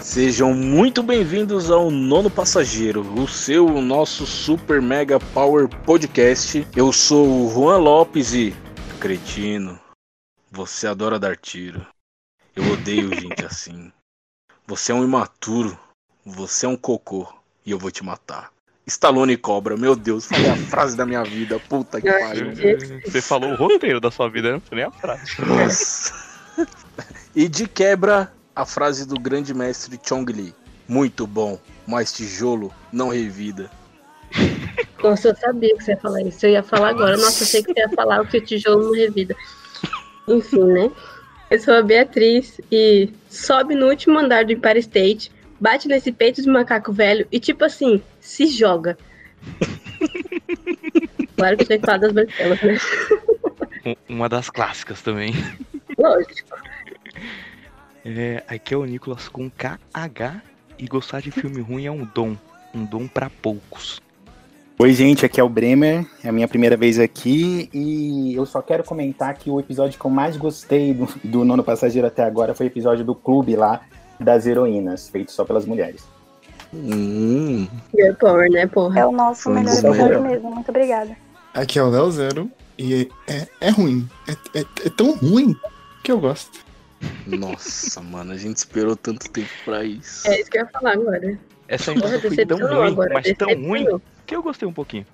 Sejam muito bem-vindos ao Nono Passageiro, o seu, o nosso super mega power podcast. Eu sou o Juan Lopes e. Cretino, você adora dar tiro. Eu odeio gente assim. Você é um imaturo. Você é um cocô. E eu vou te matar. Stallone e cobra, meu Deus, foi a frase da minha vida. Puta que pariu. Você falou o roteiro da sua vida, né? não foi nem a frase. Nossa. E de quebra, a frase do grande mestre Chong Li. Muito bom, mas tijolo não revida. Nossa, eu sabia que você ia falar isso. Eu ia falar agora. Nossa, eu sei que você ia falar o que o tijolo não revida. Enfim, né? Eu sou a Beatriz e sobe no último andar do Empire State, bate nesse peito de macaco velho e, tipo assim, se joga. claro que eu tenho que falar das branquelas, né? Um- Uma das clássicas também. Lógico. É, aqui é o Nicolas com KH e gostar de filme ruim é um dom. Um dom pra poucos. Oi, gente, aqui é o Bremer, é a minha primeira vez aqui e eu só quero comentar que o episódio que eu mais gostei do, do Nono Passageiro até agora foi o episódio do clube lá das heroínas, feito só pelas mulheres. Hum. Girl power, né, porra? É o nosso Vamos melhor dar uma episódio olhada. mesmo, muito obrigada. Aqui é o Léo Zero e é, é, é ruim. É, é- é tão ruim que eu gosto. Nossa, mano, a gente esperou tanto tempo pra isso. É isso que eu ia falar agora. Essa Porra, música foi tão decepcionou ruim, agora. mas tão ruim, decepcionou. que eu gostei um pouquinho.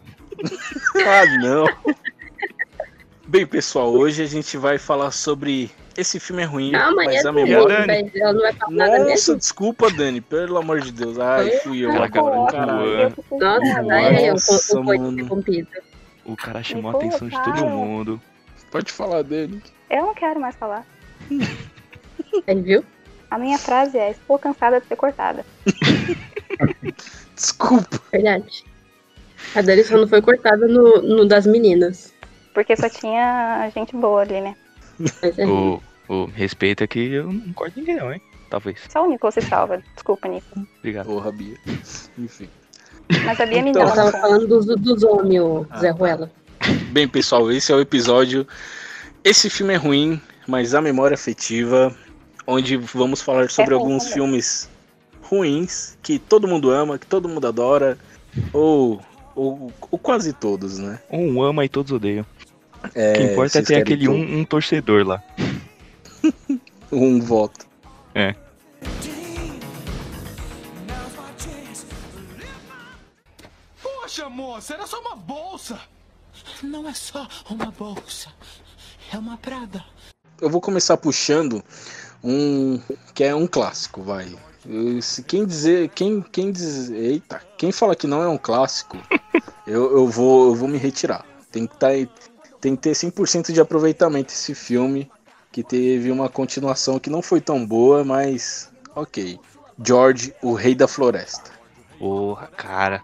Ah, não. Bem, pessoal, hoje a gente vai falar sobre esse filme é ruim, Calma, aí, mas é a minha minha- memória. Dani. Ela não vai falar nada Nossa, mesmo. desculpa, Dani, pelo amor de Deus. Ai, fui eu Ela acabou tá- agora, com caralho. Juan. Nossa, vai aí, o o coito mano. interrompido. O cara chamou a Nicolas, atenção de todo para. mundo. Pode falar dele. Eu não quero mais falar. Aí, tá, viu? A minha frase é: estou cansada de ser cortada. Desculpa. Verdade. A Dani só não foi cortada no, no das meninas. Porque só tinha gente boa ali, né? Mas é. O, o respeito é que eu não corto ninguém, não, hein? Talvez. Só o Nico se salva. Desculpa, Nico. Obrigado. Porra, Bia. Enfim. Mas a Bia me Então, dá Ela tava uma chance. falando dos, dos homens, ô, Zé Ruela. Bem, pessoal, esse é o episódio. Esse filme é ruim, mas a memória afetiva, onde vamos falar sobre É ruim alguns também. filmes ruins que todo mundo ama, que todo mundo adora, ou, ou, ou quase todos, né? Um ama e todos odeiam. É, O que importa é vocês querem ter aquele to- um, um torcedor lá. um voto. É. Poxa, moça, era só uma bolsa. Não é só uma bolsa. É uma Prada. Eu vou começar puxando um que é um clássico, vai. Eu- se- Quem dizer, quem, quem diz, eita, quem fala que não é um clássico, eu, eu vou, eu vou me retirar. Tem que tá, aí- tem que ter 100% de aproveitamento esse filme que teve uma continuação que não foi tão boa, mas ok. George, o Rei da Floresta. Porra, cara.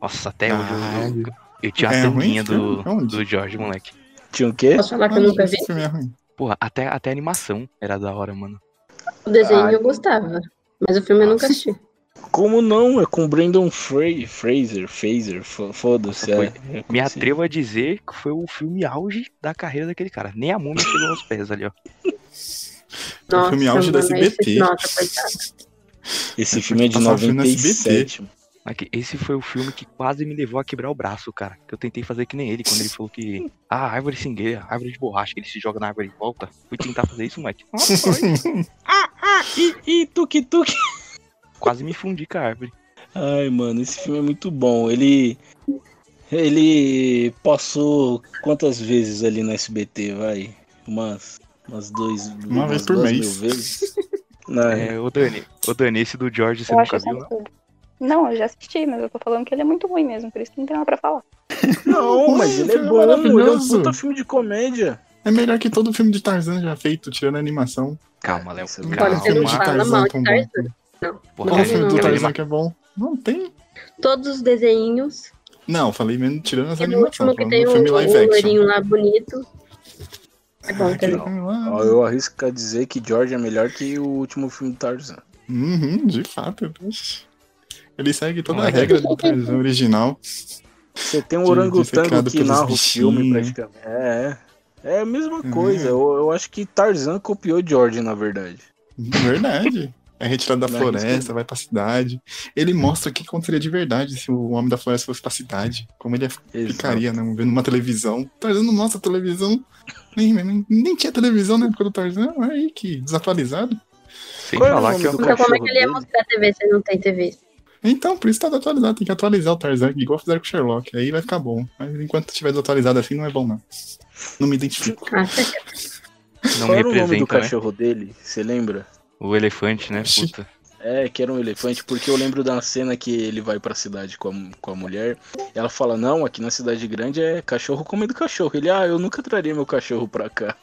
Nossa, até hoje eu, Caralho. eu tinha a É ruim tanguinha esse filme? do, Onde? do Jorge, moleque. Tinha o Ah. quê? Posso falar que eu Ai, nunca vi? Esse filme é ruim. Porra, até, até a animação era da hora, mano. O desenho Ah, eu gostava. Mas o filme eu nunca assisti. Como não? É com Brandon Fra Fraser, Fraser, fo- foda-se. Foi- é. É Me assim. atrevo a dizer que foi o filme auge da carreira daquele cara. Nem a múmia chegou aos pés ali, ó. É o filme auge do mano, aí você- SBT. Nossa, coitado. Esse filme é de Passava filme no SBT. 97. Aqui, esse foi o filme que quase me levou a quebrar o braço, cara. Que eu tentei fazer que nem ele, quando ele falou que. Ah, árvore cingueira, árvore de borracha, que ele se joga na árvore e volta. Fui tentar fazer isso, moleque. Ih, tuk tuk. Quase me fundi com a árvore. Ai, mano, esse filme é muito bom. Ele. Ele passou quantas vezes ali no SBT, vai? Umas. Umas dois. Uma umas vez por duas mês. mil vezes. Não, É, ô Dani, ô Dani, esse do George você Eu acho nunca isso viu, não? absurdo. Não, eu já assisti, mas eu tô falando que ele é muito ruim mesmo, por isso que não tem nada pra falar. não, mas ele é Esse filme é bom, ele é um maravilhoso. puta filme de comédia. É melhor que todo filme de Tarzan já feito, tirando a animação. Calma, Léo. é Olha, Olha, Calma. você não filme de fala Tarzan mal de tão bom. Tarzan. Porra, Qual Não, o Léo, não, filme não. do quer Tarzan animar- que é bom? Não tem. Todos os desenhos. Não, falei mesmo tirando as E no último animações. que falando tem o do é filme live um action. loirinho lá bonito. É bom, quer Aquele dizer. filme lá. Ó, eu arrisco a dizer que George é melhor que o último filme do Tarzan. Uhum, de fato. Ele segue toda a Moleque. regra do Tarzan original. Você tem um De- orangotango dissecado que pelos narra o bichinhos, filme, né? praticamente. É, é. É a mesma Uhum. coisa. Eu, eu acho que Tarzan copiou George, na verdade. Verdade. É retirado da Não, floresta, vai pra cidade. Ele mostra o que aconteceria de verdade se o homem da floresta fosse pra cidade. Como ele ficaria, né? Vendo uma televisão. Tarzan não mostra televisão. Nem, nem, nem tinha televisão na época do Tarzan. Olha aí que desatualizado. Sem Qual é o falar nome que é do um cara? Então, como é cachorro que ele ia dele. mostrar a TV se ele não tem TV? Então, por isso tá desatualizado. Tem que atualizar o Tarzan, igual fizeram com o Sherlock. Aí vai ficar bom. Mas enquanto estiver desatualizado assim, não é bom, não. Não me identifico. Ah, tá- Não Qual me era o nome do representa, né? cachorro dele? Você lembra? O elefante, né? Ixi. Puta. É, que era um elefante, porque eu lembro da cena que ele vai pra cidade com a, com a mulher. Ela fala: Não, aqui na cidade grande é cachorro comendo cachorro. Ele: Ah, eu nunca traria meu cachorro pra cá.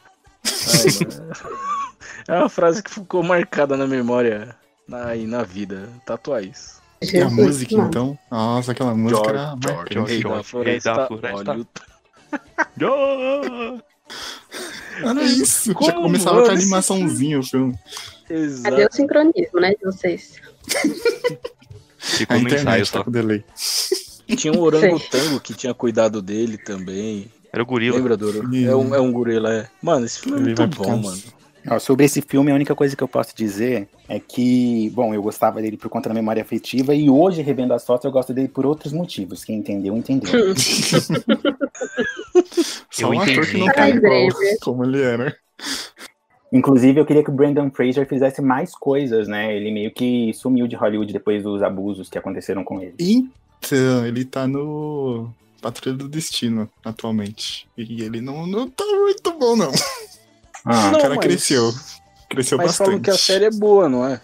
Ai, mano. é uma frase que ficou marcada na memória na, e na vida. Tatuar isso. E a é Jesus, música, mano. então. Nossa, aquela música George, era George, marcante. rei da George, floresta. rei da floresta. olha o- Era isso. Como, Já começava com a mano? animaçãozinha o filme. Cadê Exato. o sincronismo, né, de vocês? A Ficou no ensaio internet tá só. com delay. Tinha um orangotango que tinha cuidado dele também. Era o gorila. Lembra do oran- Sim. É um, é um gorila, é. Mano, esse filme é Ele muito vai pro bom, canto. mano. Ó, sobre esse filme, a única coisa que eu posso dizer é que, bom, eu gostava dele por conta da memória afetiva e hoje, revendo as fotos, eu gosto dele por outros motivos. Quem entendeu, entendeu. Só Eu um ator É entendi, que não cara. tem Ai, igual Drever. como ele é, né? era. Inclusive, eu queria que o Brandon Fraser fizesse mais coisas, né? Ele meio que sumiu de Hollywood depois dos abusos que aconteceram com ele. Então, ele tá no Patrulha do Destino atualmente. E ele não, não tá muito bom, não. Ah, o cara mas- cresceu. Cresceu Mas bastante. falam que a série é boa, não é?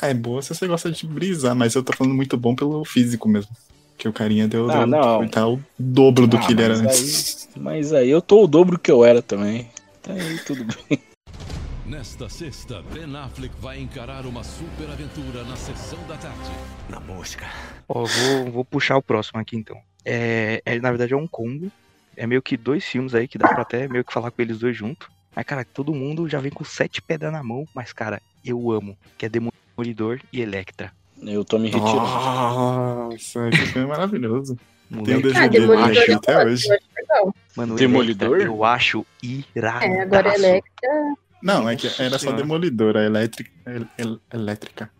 Ah, é boa se você gosta de brisar, mas eu tô falando muito bom pelo físico mesmo. Que o carinha deu, Ah, deu não. tipo, tá o dobro do Ah, que ele era mas antes. aí- mas aí eu tô o dobro que eu era também. Tá aí, tudo bem. Nesta sexta, Ben Affleck vai encarar uma super aventura na sessão da tarde. Na mosca. Ó, vou, vou puxar o próximo aqui então. É, é, na verdade é um combo. É meio que dois filmes aí que dá pra até meio que falar com eles dois junto. Mas, cara, todo mundo já vem com sete pedras na mão, mas, cara, eu amo. Que é Demolidor e Electra. Eu tô me retirando. Nossa, esse filme é maravilhoso. Tem um Moleque, DVD Ah, Demolidor dele eu até gosto, hoje. eu acho legal. mano, Demolidor? Electra, eu acho irado. É, agora é Electra. Não, é que era só Senhora. demolidora, elétrica. el- el- elétrica.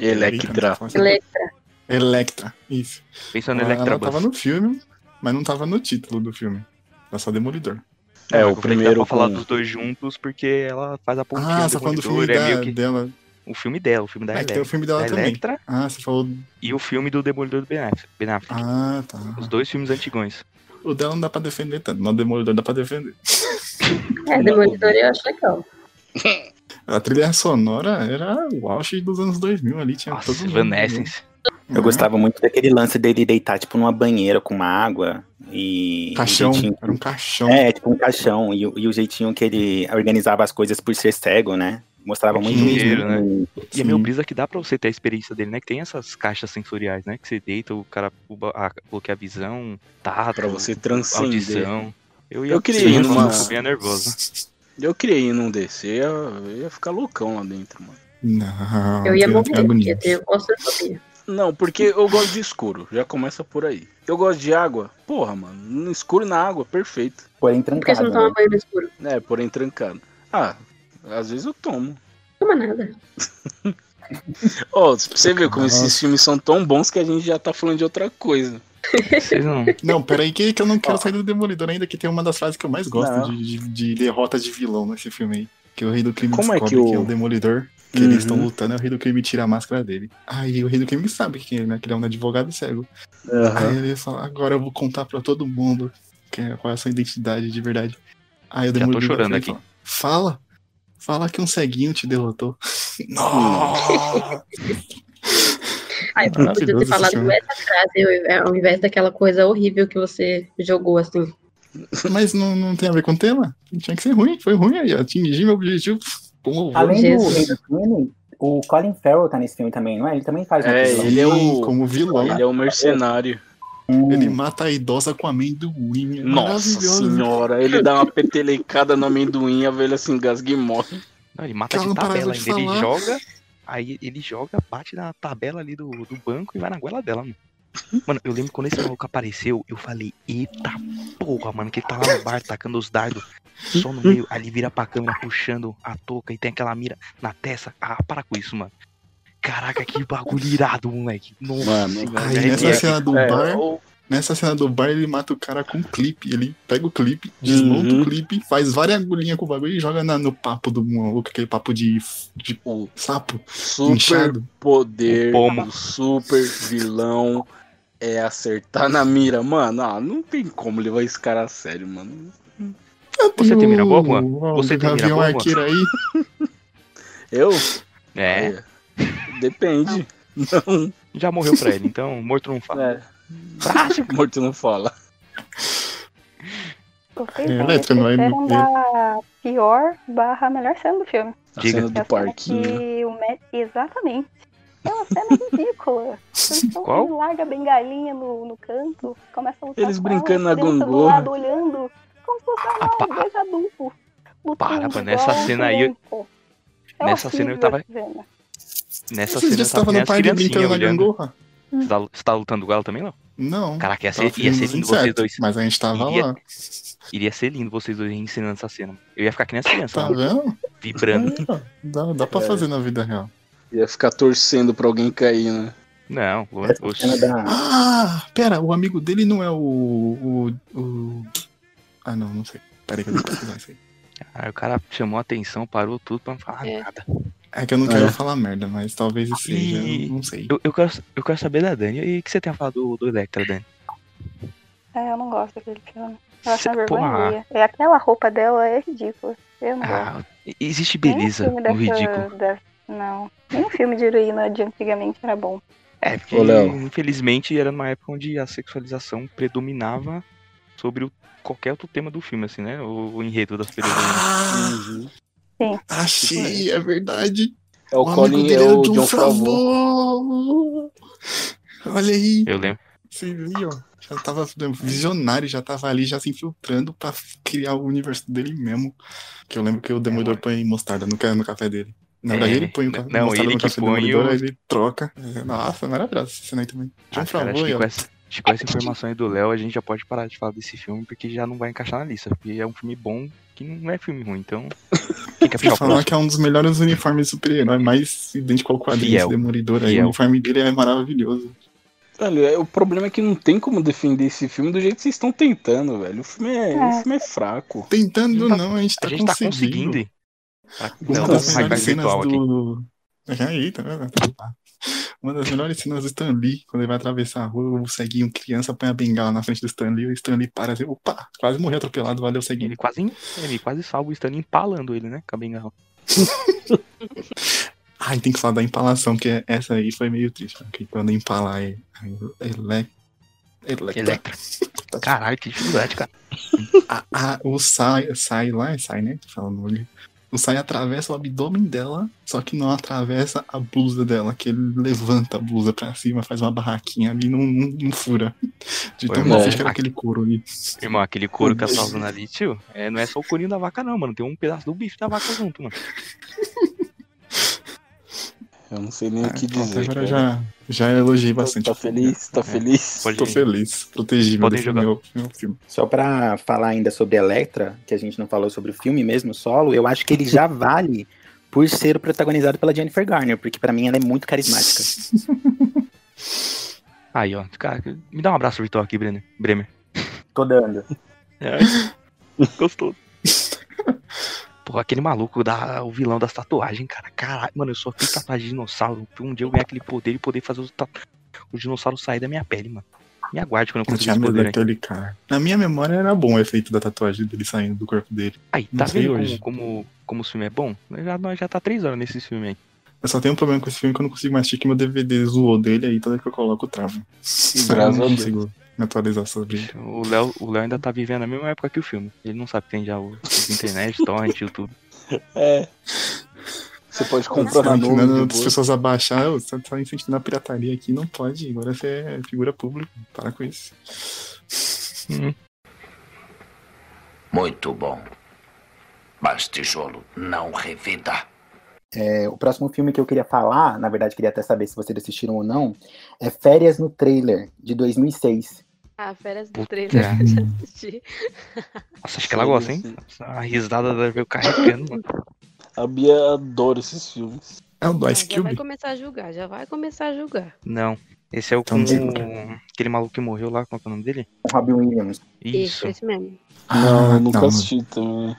é Electra. Electra. Electra, isso. Pensando Ela, em Então, Electra Ah, ela Bus. tava no filme, mas não tava no título do filme. Era só Demolidor. É, Não, o eu falei que primeiro Dá pra falar com- dos dois juntos porque ela faz a pontinha Ah, do você tá falando do Demolidor, filme é meio da, que dela. o filme dela, o filme da É, que tem Electra. o filme dela da também. Electra Ah, você falou. e o filme do Demolidor do Ben Affleck. Ben Affleck. Ah, tá. Os dois filmes antigões. O dela não dá pra defender tanto. Mas o Demolidor dá pra defender. É, Demolidor eu acho legal. A trilha sonora era o auge dos anos 2000 ali. Tinha Nossa, todo mundo, Van né? Essence. Eu gostava muito daquele lance dele deitar, tipo, numa banheira com uma água e. Caixão. e jeitinho- Era um caixão. É, tipo um caixão. E, o- e o jeitinho que ele organizava as coisas por ser cego, né? Mostrava muito Dinheiro, isso. E a meu Sim. brisa que dá pra você ter a experiência dele, né? Que tem essas caixas sensoriais, né? Que você deita, o cara uba- a- bloqueia a visão, tato, Pra você transcender. audição. Eu Eu queria eu ir tinha numa- fobia nervosa. Eu queria ir num DC, eu eu ia ficar loucão lá dentro, mano. Não. Eu ia tem morrer, porque eu antagonismo. tenho claustrofobia. Não, porque eu gosto de escuro, já começa por aí. Eu gosto de água, porra, mano. No escuro na água, perfeito. Porém, Por que você não trancado. toma Né? banho no escuro? É, porém trancado. Ah, às vezes eu tomo. Não toma nada. Ó, pra você ver como esses Nossa. filmes são tão bons que a gente já tá falando de outra coisa. Vocês não. Não, peraí que, que eu não quero sair do Demolidor ainda, que tem uma das frases que eu mais Não. gosto de, de- de derrota de vilão nesse filme aí. Que o rei do crime Como é descobre que o- que é o Demolidor, que Uhum. eles estão lutando, aí o rei do crime tira a máscara dele. Aí o rei do crime sabe quem é, ele, né? Que ele é um advogado cego. Aí ele fala, agora eu vou contar pra todo mundo que é- qual é a sua identidade de verdade. Aí o tô Demolidor chorando vira e aqui. Fala, fala, fala que um ceguinho te derrotou. Nossa! Ai, você podia ter Maravilhoso falado esse filme. essa frase é, ao- ao invés daquela coisa horrível que você jogou, assim. Mas não, não tem a ver com o tema? Tinha que ser ruim, foi ruim aí, atingi meu objetivo. Pô, Além do Jesus. Rei do Crime, o Colin Farrell tá nesse filme também, não é? Ele também faz um É, vilão. ele é o- Como vilão. Ele é um mercenário. Hum, é Ele mata a idosa com amendoim. É Nossa maravilhoso. senhora, ele dá uma petelecada no amendoim, a velha se engasga e morre. Não, ele mata Cara, de não parava tabela é de ainda. Ele falar. joga, aí ele joga, bate na tabela ali do, do banco e vai na goela dela, mano. Mano, eu lembro quando esse maluco apareceu, eu falei, eita porra, mano, que ele tá lá no bar tacando os dardos só no meio, ali vira pra câmera puxando a touca e tem aquela mira na testa. Ah, para com isso, mano. Caraca, que bagulho irado, moleque. Nossa Mano, senhora, aí velho. nessa cena do É, bar, ou- nessa cena do bar ele mata o cara com um clipe. Ele pega o clipe, desmonta Uhum. o clipe, faz várias agulhinhas com o bagulho e joga na- no papo do maluco, aquele papo de, de o sapo super inchado. poder O Poma. do super vilão é acertar na mira. Mano, ah, não tem como levar esse cara a sério, mano. Você tem mira boa, Juan? Ó, Você o tem mira Gavião boa, Juan? Arqueiro aí. Eu? É, Depende. Não, já morreu pra ele, então morto não fala. é. Morto não fala. Vocês É, não, Electra não vai vocês morrer. da pior barra melhor cena do filme. A Diga. cena É a do cena parquinho. que né? o Matt... Exatamente. É uma cena ridícula. Eles tão- Qual? ele larga a bengalinha no, no canto, começa a lutar Eles com brincando na ela, criança do gangorra. lado olhando, como se fosse Ah, ah, para. dois adultos. Para, mano, nessa cena aí eu- nessa cena eu tava- Nessa Vocês cena já eu tá tava estavam nem no as par de brincando criancinhas na olhando. gangorra? Você tá, você tá lutando com ela também, não? Não. Caraca, ia ser, Tava é ia ser filmando lindo certo, vocês dois. Mas a gente tava Iria- lá. Tá Iria ser lindo vocês dois ensinando essa cena. Eu ia ficar que nem as crianças, Tá Hum? lá, vendo? vibrando. Aí, ó, Dá, dá pra É. fazer na vida real. Ia ficar torcendo pra alguém cair, né? Não, Luan, Essa oxe. cena da. Ah, pera, o amigo dele não é o. o, o... Ah, não, não sei. Pera aí que eu vou pesquisar isso aí. Aí o cara chamou a atenção, parou tudo pra não falar É. nada. É que eu não quero É. falar merda, mas talvez isso seja. E- eu Não sei. Eu, eu quero, eu quero saber da Dani. E o que você tem a falar do, do Electra, Dani? É, eu não gosto daquele filme. Eu acho Cê- uma porra. vergonha. alheia. É aquela roupa dela é ridícula. Eu não gosto. Ah, existe Nenhum beleza filme no dessa- ridículo. dessa- Não. Nenhum filme de heroína de antigamente era bom. É, porque Ô, Léo. infelizmente era numa época onde a sexualização predominava sobre o- qualquer outro tema do filme, assim, né? O, o enredo das películas. Ah, achei, é verdade. É o, amigo Colin dele um é era o John Favreau. Favreau. Olha aí. Eu lembro. Você viu, ó. Já tava visionário, já tava ali, já se infiltrando pra criar o universo dele mesmo. Que eu lembro que o Demolidor põe mostarda no, ca- no café dele. Na verdade, É, ele põe o ca- não, mostarda ele no que café do põe Demolidor, o- aí ele troca. É, Nossa, maravilhosa essa cena aí também. John Ah, cara, acho Favreau, que e com essa, acho que com essa informação aí do Léo, a gente já pode parar de falar desse filme, porque já não vai encaixar na lista. Porque é um filme bom que não é filme ruim, então. Quem quer puxar o falar próximo? que é um dos melhores uniformes de super-herói, mais idêntico ao quadrinho Fiel. do Demolidor. Aí, Fiel. o uniforme dele é maravilhoso. Velho, é- o problema é que não tem como defender esse filme do jeito que vocês estão tentando, velho. O filme é, o É. filme é fraco. Tentando Tá- não, a gente tá A gente tá conseguindo. Tá- Uma Não, das vai melhores vai cenas virtual aqui. do. Aí, tá vendo? Uma das melhores cenas do Stan Lee, quando ele vai atravessar a rua, o ceguinho criança põe a bengala na frente do Stan Lee, o Stan Lee para assim, opa, quase morreu atropelado, valeu ceguinho. Ele quase, ele quase salva o Stanley empalando ele, né? Com a bengala. Ai, tem que falar da empalação, que é- essa aí foi meio triste, porque quando empalar é. é Ele... é Electra. Electra. Caralho, que dificuldade, cara. A- a- o sai, sai lá, é sai, né? Tô Falando ali. O sai atravessa o abdômen dela, só que não atravessa a blusa dela, que ele levanta a blusa pra cima, faz uma barraquinha ali e não, não, não fura. De Foi tão mal. mal que era aquele couro ali. Irmão, aquele couro que ela tá usando ali, tio, é, não é só o corinho da vaca, não, mano. Tem um pedaço do bife da vaca junto, mano. Eu não sei nem o que Ah, pronto, dizer. agora cara. já, já elogiei bastante. né? Tá feliz? Tá É, feliz? pode- Tô feliz, protegi meu, Podem jogar. meu, meu filme. Só pra falar ainda sobre Electra, que a gente não falou sobre o filme mesmo, solo, eu acho que ele já vale por ser protagonizado pela Jennifer Garner, porque pra mim ela é muito carismática. Aí, ó. Cara, me dá um abraço virtual aqui, Brenner. Bremer. Tô dando. É, gostoso. Pô, aquele maluco da, o vilão das tatuagens, cara. Caralho, mano, eu só fiz tatuagem de dinossauro. Um dia eu ganhar aquele poder e poder fazer o, ta- o dinossauro sair da minha pele, mano. Me aguarde quando eu Eu conseguir tinha esse medo poder aí. daquele cara. Na minha memória era bom o efeito da tatuagem dele saindo do corpo dele. Aí, não tá sei vendo hoje. como, como, como o filme é bom? Nós Já, nós já tá três horas nesse filme aí. Eu só tenho um problema com esse filme que eu não consigo mais assistir que meu DVD zoou dele, aí toda vez que eu coloco eu travo. Eu graças a não Deus. consigo me atualizar sobre ele. O Léo, o Léo ainda tá vivendo a mesma época que o filme. Ele não sabe que tem já o os internet, torrent, YouTube. É. Você pode Tá comprar na Ensinando nuvem. de as boa. pessoas a baixar, você tá incentivando a pirataria aqui, não pode. Agora você é figura pública, para com isso. Muito bom. Mas tijolo não revida. É, o próximo filme que eu queria falar, na verdade queria até saber se vocês assistiram ou não, é Férias no Trailer, de 2006. Ah, férias do Puta. trailer eu já assisti. Nossa, acho que ela gosta, hein? A risada dela veio carregando, mano. A Bia adora esses filmes. É o do Ice Ah, Já vai Cube? começar a julgar, já vai começar a julgar. Não. Esse é o Então, com diga. o- aquele maluco que morreu lá, qual que é o nome dele? O Robin Williams. Isso. esse mesmo. Não, nunca Ah, não. assisti também.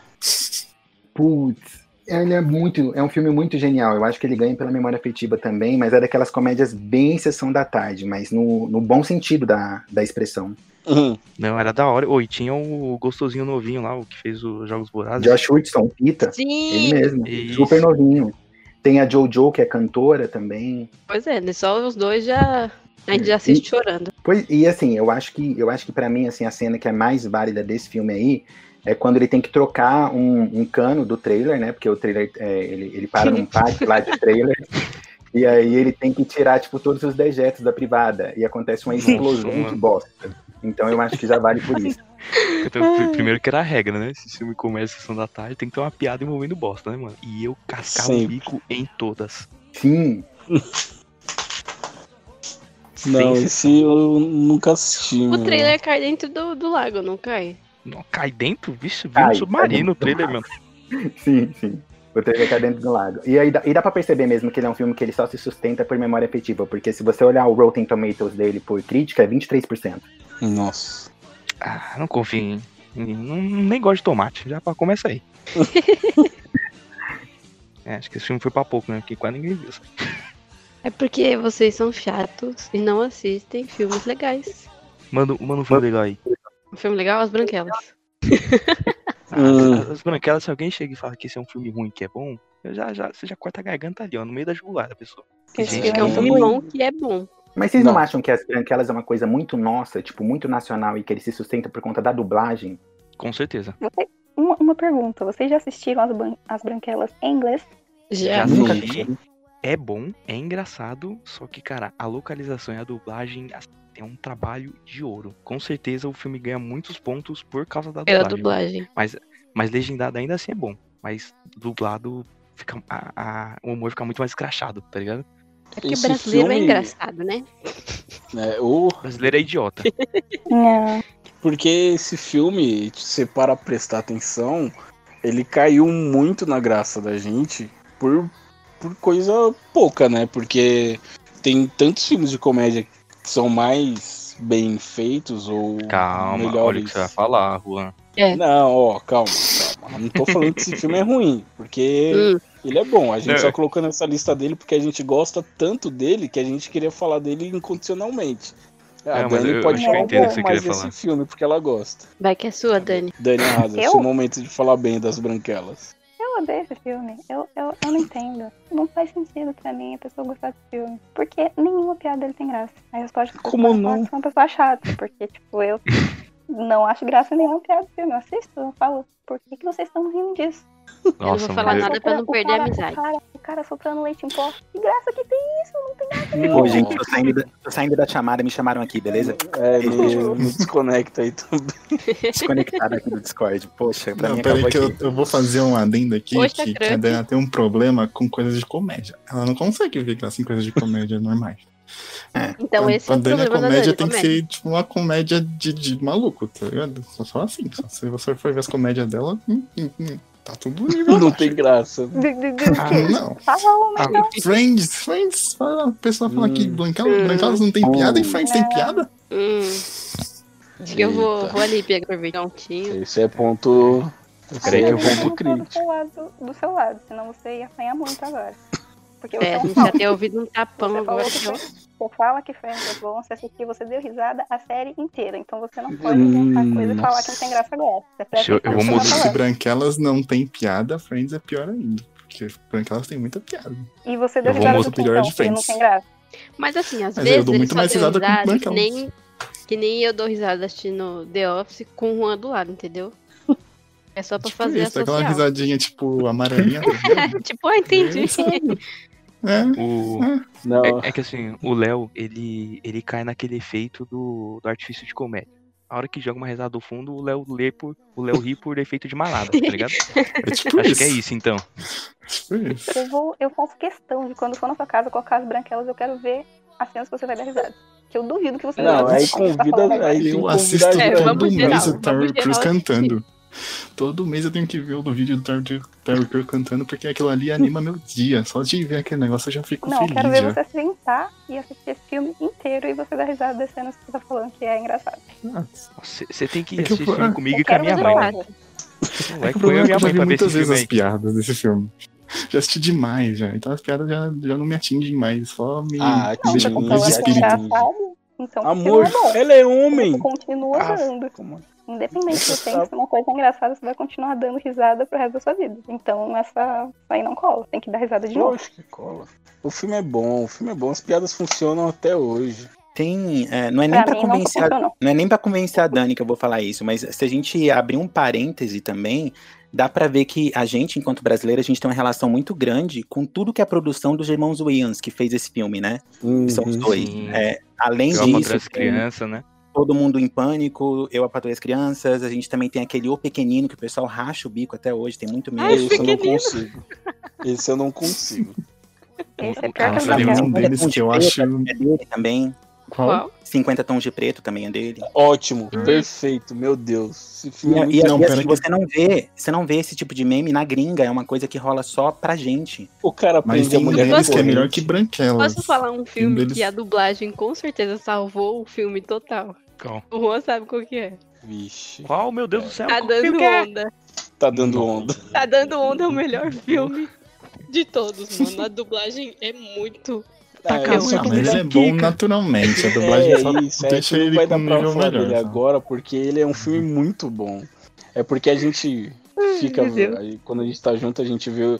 Putz, ele é muito. É um filme muito genial. Eu acho que ele ganha pela memória afetiva também, mas é daquelas comédias bem sessão da tarde, mas no, no bom sentido da, da expressão. Uhum. Não, era da hora. Oi, tinha o gostosinho novinho lá, o que fez os Jogos Vorazes. Josh Hudson, Pita, Tá. ele Sim, mesmo. Isso. Super novinho. Tem a Jojo, que é cantora também. pois é, né, só os dois já. A gente já assiste chorando. Pois, e assim, eu acho que eu acho que para mim assim a cena que é mais válida desse filme aí é quando ele tem que trocar um, um cano do trailer, né? Porque o trailer é, ele, ele para num pátio lá de trailer e aí ele tem que tirar tipo todos os dejetos da privada e acontece uma explosão mano. de bosta. Então eu acho que já vale por isso. Então, pr- primeiro que era a regra, né? Se filme começa a sessão da tarde, tem que ter uma piada envolvendo bosta, né, mano? E eu cascava o Sempre. bico em todas. Sim, Não, Sem- esse eu nunca assisti. O mano. trailer cai dentro do, do lago, não cai? Não, cai dentro, vixe, vira Cai, um submarino o cai trailer, mano. sim, sim. O trailer cai dentro do lago. E aí dá, e dá pra perceber mesmo que ele é um filme que ele só se sustenta por memória afetiva, porque se você olhar o Rotten Tomatoes dele por crítica, é 23%. Nossa. Ah, não confio em. em- não- nem gosto de tomate, já pra começa aí. é, acho que esse filme foi pra pouco, né? Porque quase ninguém viu. É porque vocês são chatos e não assistem filmes legais. Manda, manda um filme legal aí. Um filme legal, As Branquelas. Ah, Hum. As branquelas, se alguém chega e fala que esse é um filme ruim, que é bom, eu já, já, você já corta a garganta ali, ó, no meio da jugular da pessoa. Esse Gente, filme é um que filme ruim. bom que é bom. Mas vocês não, Não. acham que as branquelas é uma coisa muito nossa, tipo, muito nacional e que ele se sustenta por conta da dublagem? Com certeza. Você- uma, uma pergunta, vocês já assistiram as, Ban- As branquelas em inglês? Já. Sim. Nunca Sim. assisti. É bom, é engraçado, só que, cara, a localização e a dublagem assim, é um trabalho de ouro. Com certeza o filme ganha muitos pontos por causa da Pela dublagem. dublagem. Mas legendado ainda assim é bom. Mas dublado fica. a- a- o humor fica muito mais escrachado, tá ligado? É porque Esse brasileiro é filme- engraçado, né? É, o O brasileiro é idiota. Não. Porque esse filme, se você para prestar atenção, ele caiu muito na graça da gente por, por coisa pouca, né? Porque tem tantos filmes de comédia que são mais bem feitos ou Calma, olha o que melhores. você vai falar, Juan. Não, ó, calma, calma. Não tô falando que esse filme é ruim, porque Hum, ele é bom. A gente É. só colocou nessa lista dele porque a gente gosta tanto dele que a gente queria falar dele incondicionalmente. A É, mas Dani eu- pode eu falar um entendo o pouco que você mais queria desse falar. filme porque ela gosta. vai que é sua, Dani. Dani arrasa, Eu? seu momento de falar bem das branquelas. Eu odeio esse filme. Eu, eu, eu não entendo. Não faz sentido pra mim a pessoa gostar desse filme. Porque nenhuma piada dele tem graça. Aí eu só acho que Como eu não? sou uma pessoa chata. Porque, tipo, eu não acho graça nenhuma piada do filme. Eu assisto, eu falo, por que, que vocês estão rindo disso? não vou falar mano, nada. pra não O perder a cara- amizade. O cara, o cara soprando leite em pó. Que graça que tem isso? Não tem Pô, gente, tô saindo, da, tô saindo da chamada, me chamaram aqui, beleza? É, me, me desconecta aí também. Desconectado aqui do Discord. Poxa, pra Não, mim peraí acabou que eu, aqui. eu vou fazer um adendo aqui Poxa, que Crunch. a Dana tem um problema com coisas de comédia. Ela não consegue ver graça em coisas de comédia é normais. Então Pra- esse é pra o Dani, problema a da comédia Dani. tem que comédia. ser tipo uma comédia de, de maluco, tá ligado? Só, só assim. Só se você for ver as comédias dela, hum, hum, hum, tá tudo nível Não abaixo. tem graça. graça. Ah, não. Fala uma Ah, não. Friends, Friends, fala, a pessoa fala que Hum. Brancalas Brancalas não tem Hum. piada e Friends É. tem piada? Hum, acho que eu vou, vou ali pegar pra ver um tinho. Esse é ponto. Esse Creio é que eu Você ponto não tá do crítico. seu lado, do seu lado, senão você ia apanhar muito agora. Porque você É, é a um gente já pau. tem ouvido um tapão Você agora. né? falou que Friends- você fala que Friends é bom, você assistiu, você deu risada a série inteira. Então você não pode inventar Hum, coisa e falar que não nossa. tem graça agora. Você presta Eu- eu vou atenção no que mudar. você tá Se falando. Branquelas não tem piada, Friends é pior ainda. Porque Branquelas tem muita piada. E você deu Eu vou mudar. risada do Quintão, de que não Friends. tem graça. Mas assim, às Mas eu vezes dou ele muito só mais deu risada com o risada que Blancão. nem, que nem eu dou risada assistindo The Office com o Juan do lado, entendeu? É só pra Tipo fazer isso, a aquela social. risadinha, tipo, amarelinha. tá ligado? tipo, ah, entendi. É, sabe? É, O, Não, é, é que assim, o Léo, ele, ele cai naquele efeito do, do artifício de comédia. A hora que joga uma risada do fundo, o Léo lê por. O Léo ri por efeito de malada, tá ligado? é tipo Acho isso. que é isso então. Tipo isso. Eu, vou, eu faço questão de quando for na sua casa colocar as branquelas, eu quero ver as cenas que você vai dar risada. Que eu duvido que você não, aí vai dar risada. Você tá convida. falando agora. Aí tem um que Eu convidar assisto a É, gente. todo vamos mês geral, o Terry vamos geral é Crews assistir. cantando. Todo mês eu tenho que ver o do vídeo do Terry Terry Crew cantando, porque aquilo ali anima meu dia. Só de ver aquele negócio eu já fico Não, eu feliz. quero ver já. você sentar e assistir esse filme inteiro e você dar risada das cenas que você tá falando que é engraçado. Você tem que É que eu- assistir esse filme ah. comigo Eu e com a quero minha ver mãe. né? vários. Não É vai que o com eu e problema é que minha eu mãe já vi pra ver esse muitas vezes filme as aí. piadas desse filme. Já assisti demais, já. Então as piadas já, já não me atingem mais. Só me, Ah, me deixa é que com Então paz de você espírito. já sabe. Então o Amor, filme é bom. ela é homem. Você continua Ah, dando. Independente se você pensa uma coisa é engraçada, você vai continuar dando risada pro resto da sua vida. Então essa aí não cola. Tem que dar risada de novo. Lógico que cola. O filme é bom, o filme é bom, as piadas funcionam até hoje. Tem, é, não é nem Pra pra mim, não convencer, a, funcionou. não é nem para convencer a Dani que eu vou falar isso, mas se a gente abrir um parêntese também, dá pra ver que a gente, enquanto brasileiro, a gente tem uma relação muito grande com tudo que é a produção dos irmãos Williams que fez esse filme, né? Uhum. São os dois. Sim. É, além Eu amo disso, as tem crianças, né? Todo mundo em pânico, eu apatrei as crianças, a gente também tem aquele O Pequenino que o pessoal racha o bico até hoje, tem muito medo. Ai, Ah, Esse eu não pequenino. consigo. Esse eu não consigo. Esse é pior que Cara, o tem Gabriel. um deles que eu acho. É dele também. Qual? 50 Tons de Preto também é dele. Ótimo, perfeito, meu Deus. Esse filme é muito E, e, Não, e pera assim, que- você não vê, você não vê esse tipo de meme na gringa, é uma coisa que rola só pra gente. O cara prende Mas a tem um mulher deles com que é corrente. melhor que Branquelas. Posso falar um filme deles- que a dublagem com certeza salvou o filme total? Qual? O Juan sabe qual que é. Vixe, Qual, meu Deus do céu? Tá qual filme dando que é? Uhum. onda. tá dando onda. Tá dando onda é o melhor filme de todos, mano. A dublagem é muito. É, Taca a isso unha Ah, que mas ele ele é quica. bom naturalmente. A dublagem É, só isso, é, deixa tu não ele vai com dar um nível pra falar melhor. Uhum. dele só. agora, porque ele é um filme muito bom. É porque a gente fica. meu Deus. aí, quando a gente tá junto, a gente vê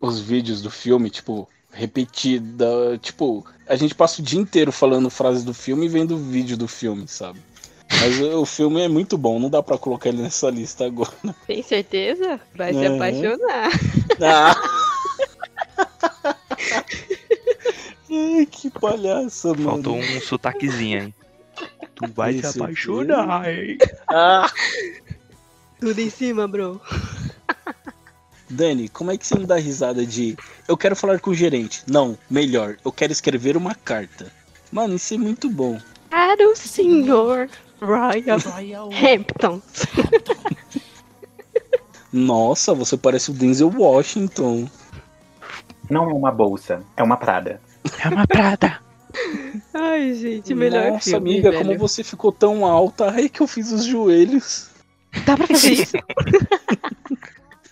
os vídeos do filme, tipo, repetida. Tipo, a gente passa o dia inteiro falando frases do filme e vendo o vídeo do filme, sabe? Mas o o filme é muito bom, não dá pra colocar ele nessa lista agora. Tem certeza? Vai se É. Uhum. apaixonar. Ah. Ai, que palhaça, mano. Faltou um sotaquezinho aí. Tu vai Esse se apaixonar, hein? Ah. Tudo em cima, bro. Dani, como é que você não dá risada de eu quero falar com o gerente? Não, melhor, eu quero escrever uma carta. Mano, isso é muito bom. Para o senhor Royal Hampton. Nossa, você parece o Denzel Washington. Não é uma bolsa, é uma prada. É uma prata. Ai, gente, melhor Nossa, filme, amiga, velho. como você ficou tão alta. Ai, que eu fiz os joelhos. Dá pra fazer isso?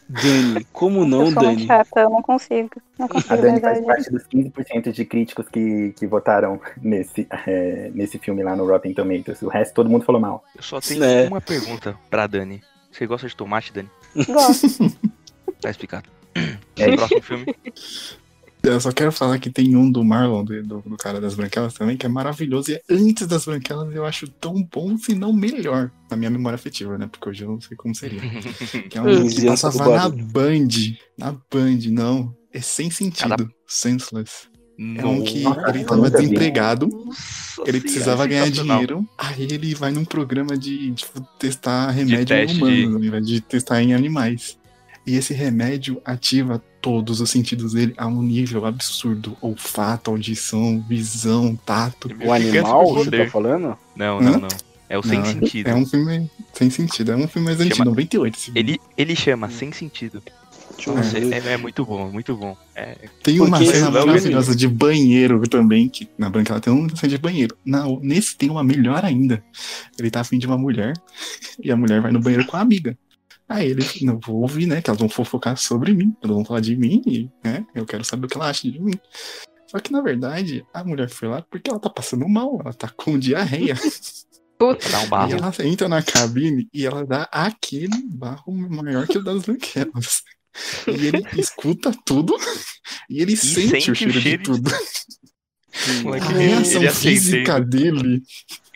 Dani, como eu não, sou muito Dani? chata, eu não consigo. Não consigo, A de Dani faz É parte verdade. dos 15% de críticos que, que votaram nesse, é, nesse filme lá no Rotten Tomatoes. O resto todo mundo falou mal. Eu só tenho É. uma pergunta pra Dani. Você gosta de tomate, Dani? Gosto. Tá explicado. É. Próximo filme. Eu só quero falar que tem um do Marlon, do, do- do cara das branquelas também, que é maravilhoso. E é antes das branquelas eu acho tão bom, se não melhor. Na minha memória afetiva, né? Porque hoje eu não sei como seria. Que é um que Vizinhança do passava na Band. Na Band, não. É sem sentido. Cara- Senseless. É um Não. que Nossa, ele eu tava nunca vi. desempregado. Nossa Ele senhora, precisava ganhar sensacional. dinheiro. Aí ele vai num programa de tipo, testar remédio em teste de- humanos, ao invés de testar em animais. E esse remédio ativa todos os sentidos dele a um nível absurdo: olfato, audição, visão, tato. Ele meio O que ganha animal, você superpoder. tá falando? Não, Hã? não, não. É o sem Não, sentido. É um filme sem sentido, é um filme mais Chama- antigo, 98. esse filme. Ele, ele chama sem sentido. Deixa eu Nossa, ver. é, é muito bom, muito bom. É, Tem uma Porque cena esse filme- maravilhosa de banheiro também, que na branca ela tem uma cena de banheiro. Na, nesse tem uma melhor ainda. Ele tá afim de uma mulher, e a mulher vai no banheiro com a amiga. Aí ele, não vou ouvir, né? Que elas vão fofocar sobre mim, elas vão falar de mim, e, né? Eu quero saber o que ela acha de mim. Só que na verdade, a mulher foi lá porque ela tá passando mal, ela tá com diarreia. dá um E barro. ela entra na cabine e ela dá aquele barro maior que o das branquelas. E ele escuta tudo e ele sente, o cheiro, de tudo. é, Moleque, A ele- reação ele física acende, dele,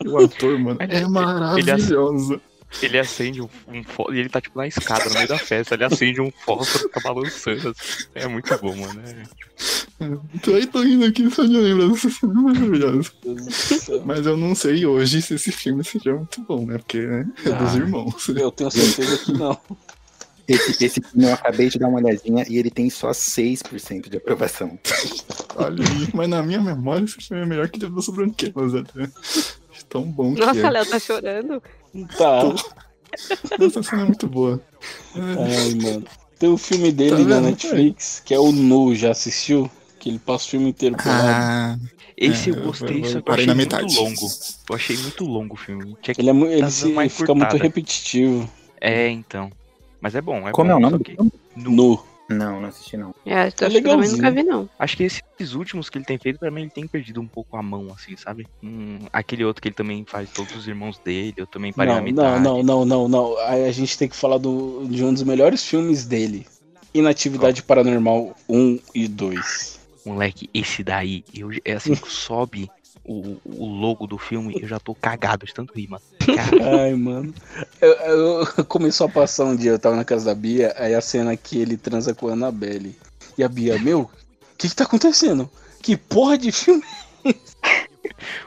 o ator, mano, Ele- é ele- maravilhosa. ele acende um, um fó- e ele tá tipo na escada, no meio da festa. Ele acende um fósforo, fica balançando. assim. É muito bom, mano. É- Tô aí, tô indo aqui só de lembrar dessa cena é maravilhosa. Meu Deus do céu. Mas eu não sei hoje se esse filme seria muito bom, né? Porque né, é dos Ah. irmãos. Eu tenho certeza que não. Esse, esse filme eu acabei de dar uma olhadinha e ele tem só 6% de aprovação. Olha aí. Mas na minha memória esse filme é melhor que Deus Branquelas até. né? Tão bom que é. Nossa, Léo tá chorando. Tá. Essa cena é muito boa. Ai, mano. Tem um filme dele na vendo? Netflix, que é o No, já assistiu? Que ele passa o filme inteiro por lá. Ah, Esse é, eu gostei, só que eu parei achei na muito metade. longo. Eu achei muito longo o filme. Tinha que Ele, é, mu- ele tá dando se- uma fica muito encurtada. repetitivo. É, então. Mas é bom, é Como é bom. o nome só do que- filme? No. Não, não assisti não. É, eu tô É achando que eu também legalzinho. nunca vi, não. Acho que esses últimos que ele tem feito, pra mim, ele tem perdido um pouco a mão, assim, sabe? Hum, aquele outro que ele também faz todos os irmãos dele, eu também parei na Não, metade. não, não, não, não, não. A, a gente tem que falar do, de um dos melhores filmes dele. Inatividade Paranormal 1 e 2. Moleque, esse daí, eu, é assim que sobe o, o logo do filme, eu já tô cagado de tanto rir, mano. Cara, Ai, mano. Eu, eu- começou a passar um dia, eu tava na casa da Bia, aí a cena que ele transa com a Annabelle. E a Bia, meu, o que que tá acontecendo? Que porra de filme?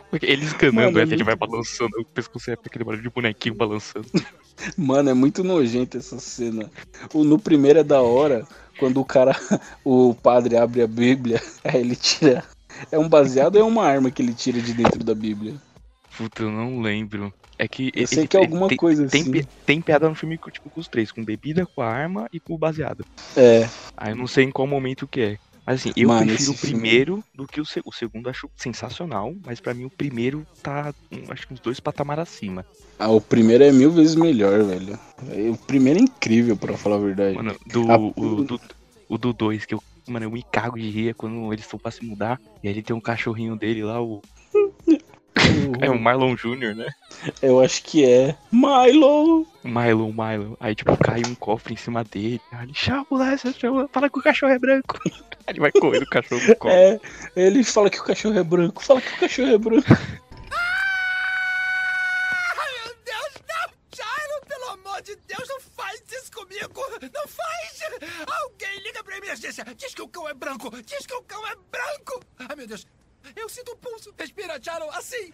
porque ele escanando Mano, é essa, ele muito vai balançando, o pescoço é aquele barulho de bonequinho balançando. Mano, é muito nojento essa cena. O, no primeiro é da hora, quando o cara, o padre abre a Bíblia, aí ele tira. É um baseado ou é uma arma que ele tira de dentro da Bíblia? Puta, eu não lembro. É que. Eu sei ele- que é ele alguma tem, coisa tem, assim. pi- tem piada no filme com, tipo, com os três, com bebida, com a arma e com o baseado. É, Aí eu não sei em qual momento que é. Mas assim, eu Mano, prefiro o esse filme- primeiro do que o, se- o segundo, acho sensacional, mas pra mim o primeiro tá, hum, acho que uns dois patamar acima. ah, o primeiro é mil vezes melhor, velho. É, O primeiro é incrível, pra falar a verdade. Mano, do, Ah, o, do, o do dois, que eu, mano, eu me cago de rir é quando eles estão pra se mudar, e aí ele tem um cachorrinho dele lá, o, é o Marlon Jr., né? Eu acho que é. Milo! Milo, Milo. Aí, tipo, cai um cofre em cima dele. Aí ele, chama a ambulância, chama, fala que o cachorro é branco. Aí ele vai correndo o cachorro no cofre. É, ele fala que o cachorro é branco, fala que o cachorro é branco. Jairo, pelo amor de Deus, não faz isso comigo! Não faz! Alguém liga pra emergência! Diz que o cão é branco! Diz que o cão é branco! Ai, meu Deus! Eu sinto o pulso! Respira, Jairo, assim!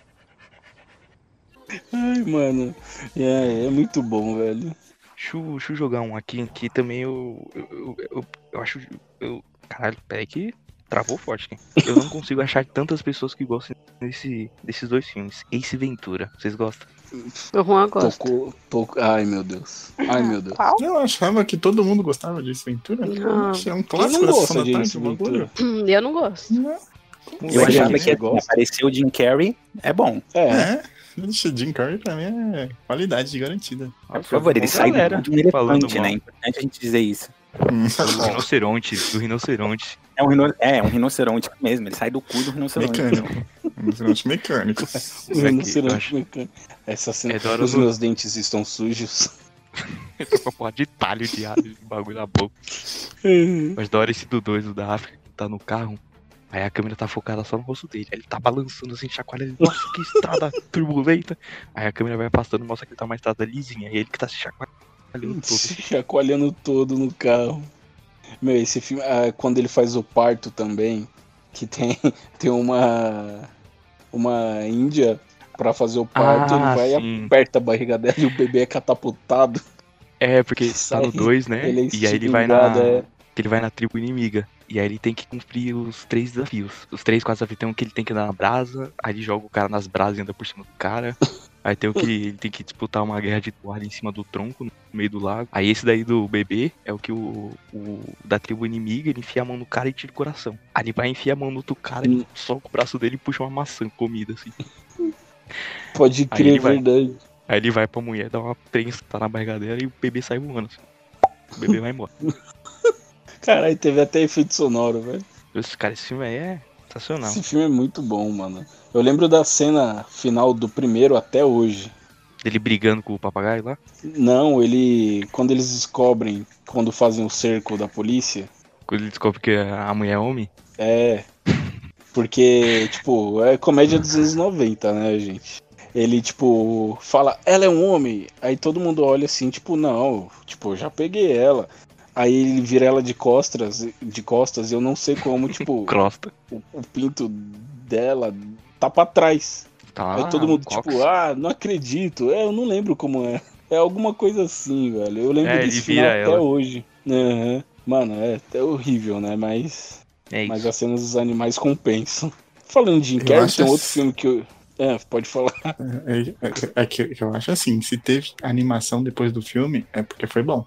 Ai, mano. É, é muito bom, velho. Deixa, eu- deixa eu jogar um aqui, que também eu. Eu, eu, eu- eu acho. Eu, caralho, peraí que travou forte aqui. Eu não consigo achar tantas pessoas que gostem desse, desses dois filmes. Ace Ventura, vocês gostam? O Juan gosta. Tocou, tocou. Ai, meu Deus. Ai, meu Deus. Qual? Eu achava que todo mundo gostava de Ace Ventura. Não. Poxa, É um Ah. Quem clássico não da Sessão gosta da de Tarde, Ace o bagulho. Ventura? Hum, Eu não gosto. Eu Sério? achava que Você assim, gosta? apareceu o Jim Carrey, é bom. É. É. Ixi, Jim Carrey pra mim é qualidade garantida. Por favor, ele sai É, galera de um elefante, falando né? mal. É importante a gente dizer isso. Hum, Do rinoceronte, do rinoceronte. É um, rino... é, um rinoceronte mesmo, ele sai do cu do rinoceronte. Mecânico. Um rinoceronte mecânico. O Isso aqui, rinoceronte eu acho- mecânico. Essa cena. É da hora Os do- meus dentes estão sujos. Eu tô com a porra de talho de alho, de bagulho na boca. Mas da hora esse do 2, o da África, que tá no carro. Aí a câmera tá focada só no rosto dele. Aí ele tá balançando assim, chacoalhando. Nossa, que estrada turbulenta. Aí a câmera vai passando, mostra que tá uma estrada lisinha. E ele que tá se chacoalhando todo. Se chacoalhando todo no carro. Meu, esse filme, ah, quando ele faz o parto também, que tem, tem uma uma índia pra fazer o parto, Ah, Então ele vai e sim. aperta a barriga dela e o bebê é catapultado. É, porque tá Sai, no 2, né? ele é e aí ele vai na. estilingado, é. Ele vai na tribo inimiga. E aí ele tem que cumprir os três desafios. Os três, quatro desafios. Tem um que ele tem que andar na brasa. Aí ele joga o cara nas brasas e anda por cima do cara. Aí tem o que ele tem que disputar uma guerra de toalha em cima do tronco, no meio do lago. Aí esse daí do bebê é o que o, o da tribo inimiga, ele enfia a mão no cara e tira o coração. Aí ele vai enfiar a mão no outro cara, ele soca o braço dele e puxa uma maçã comida, assim. Pode Aí ele crer, é vai. verdade. Aí ele vai pra mulher, dá uma prensa tá na barriga dela e o bebê sai voando, assim. O bebê vai embora. Caralho, teve até efeito sonoro, velho. Esse cara, esse filme aí é sensacional. Esse filme é muito bom, mano. Eu lembro da cena final do primeiro até hoje. Ele brigando com o papagaio lá. Não, ele. Quando eles descobrem, quando fazem o cerco da polícia, Quando ele descobre que a mulher é homem. É. Porque, tipo, é comédia dos anos 90, né, gente? Ele, tipo, fala, ela é um homem. Aí todo mundo olha assim, tipo, não, tipo, eu já peguei ela. Aí ele vira ela de costas, de costas, e eu não sei como, tipo, Crosta. o, o pinto dela tá pra trás. Tá Aí todo mundo, Cox. tipo, ah, não acredito. É, eu não lembro como é. É alguma coisa assim, velho. Eu lembro É, ele desse final vira até ela. hoje. Aham. Mano, é até horrível, né? Mas É isso. mas as cenas dos animais compensam. Falando de Jim Eu Carrey, acho tem um esse- outro filme que eu, É, pode falar. É, é- é que eu acho assim, se teve animação depois do filme, é porque foi bom.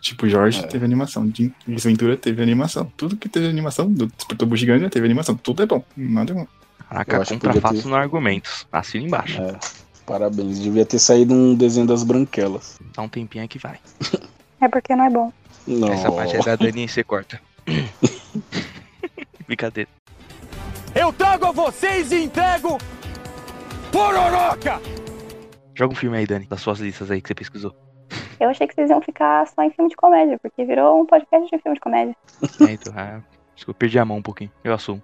Tipo, Jorge É. teve animação, Jim Jim Ventura teve animação. Tudo que teve animação, do Tubo Gigante teve animação. Tudo é bom. Nada é bom. Eu Caraca, acho que podia contrafatos ter. no argumentos. Assina embaixo. É, parabéns. Devia ter saído um desenho das branquelas. Dá um tempinho aí que vai. É porque não é bom. Não. Essa parte é da Dani e você corta. Brincadeira. Eu trago a vocês e entrego. Pororoca! Joga um filme aí, Dani, das suas listas aí que você pesquisou. Eu achei que vocês iam ficar só em filme de comédia, porque virou um podcast de filme de comédia. É, então, ah, acho que eu perdi a mão um pouquinho. Eu assumo.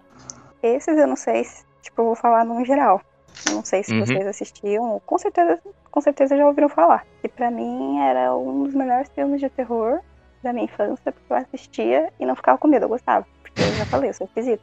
Esses eu não sei, se- tipo, eu vou falar num geral. Eu não sei se Uhum. vocês assistiam, com certeza, com certeza já ouviram falar. E pra mim era um dos melhores filmes de terror da minha infância, porque eu assistia e não ficava com medo, eu gostava. Porque eu já falei, eu sou esquisito.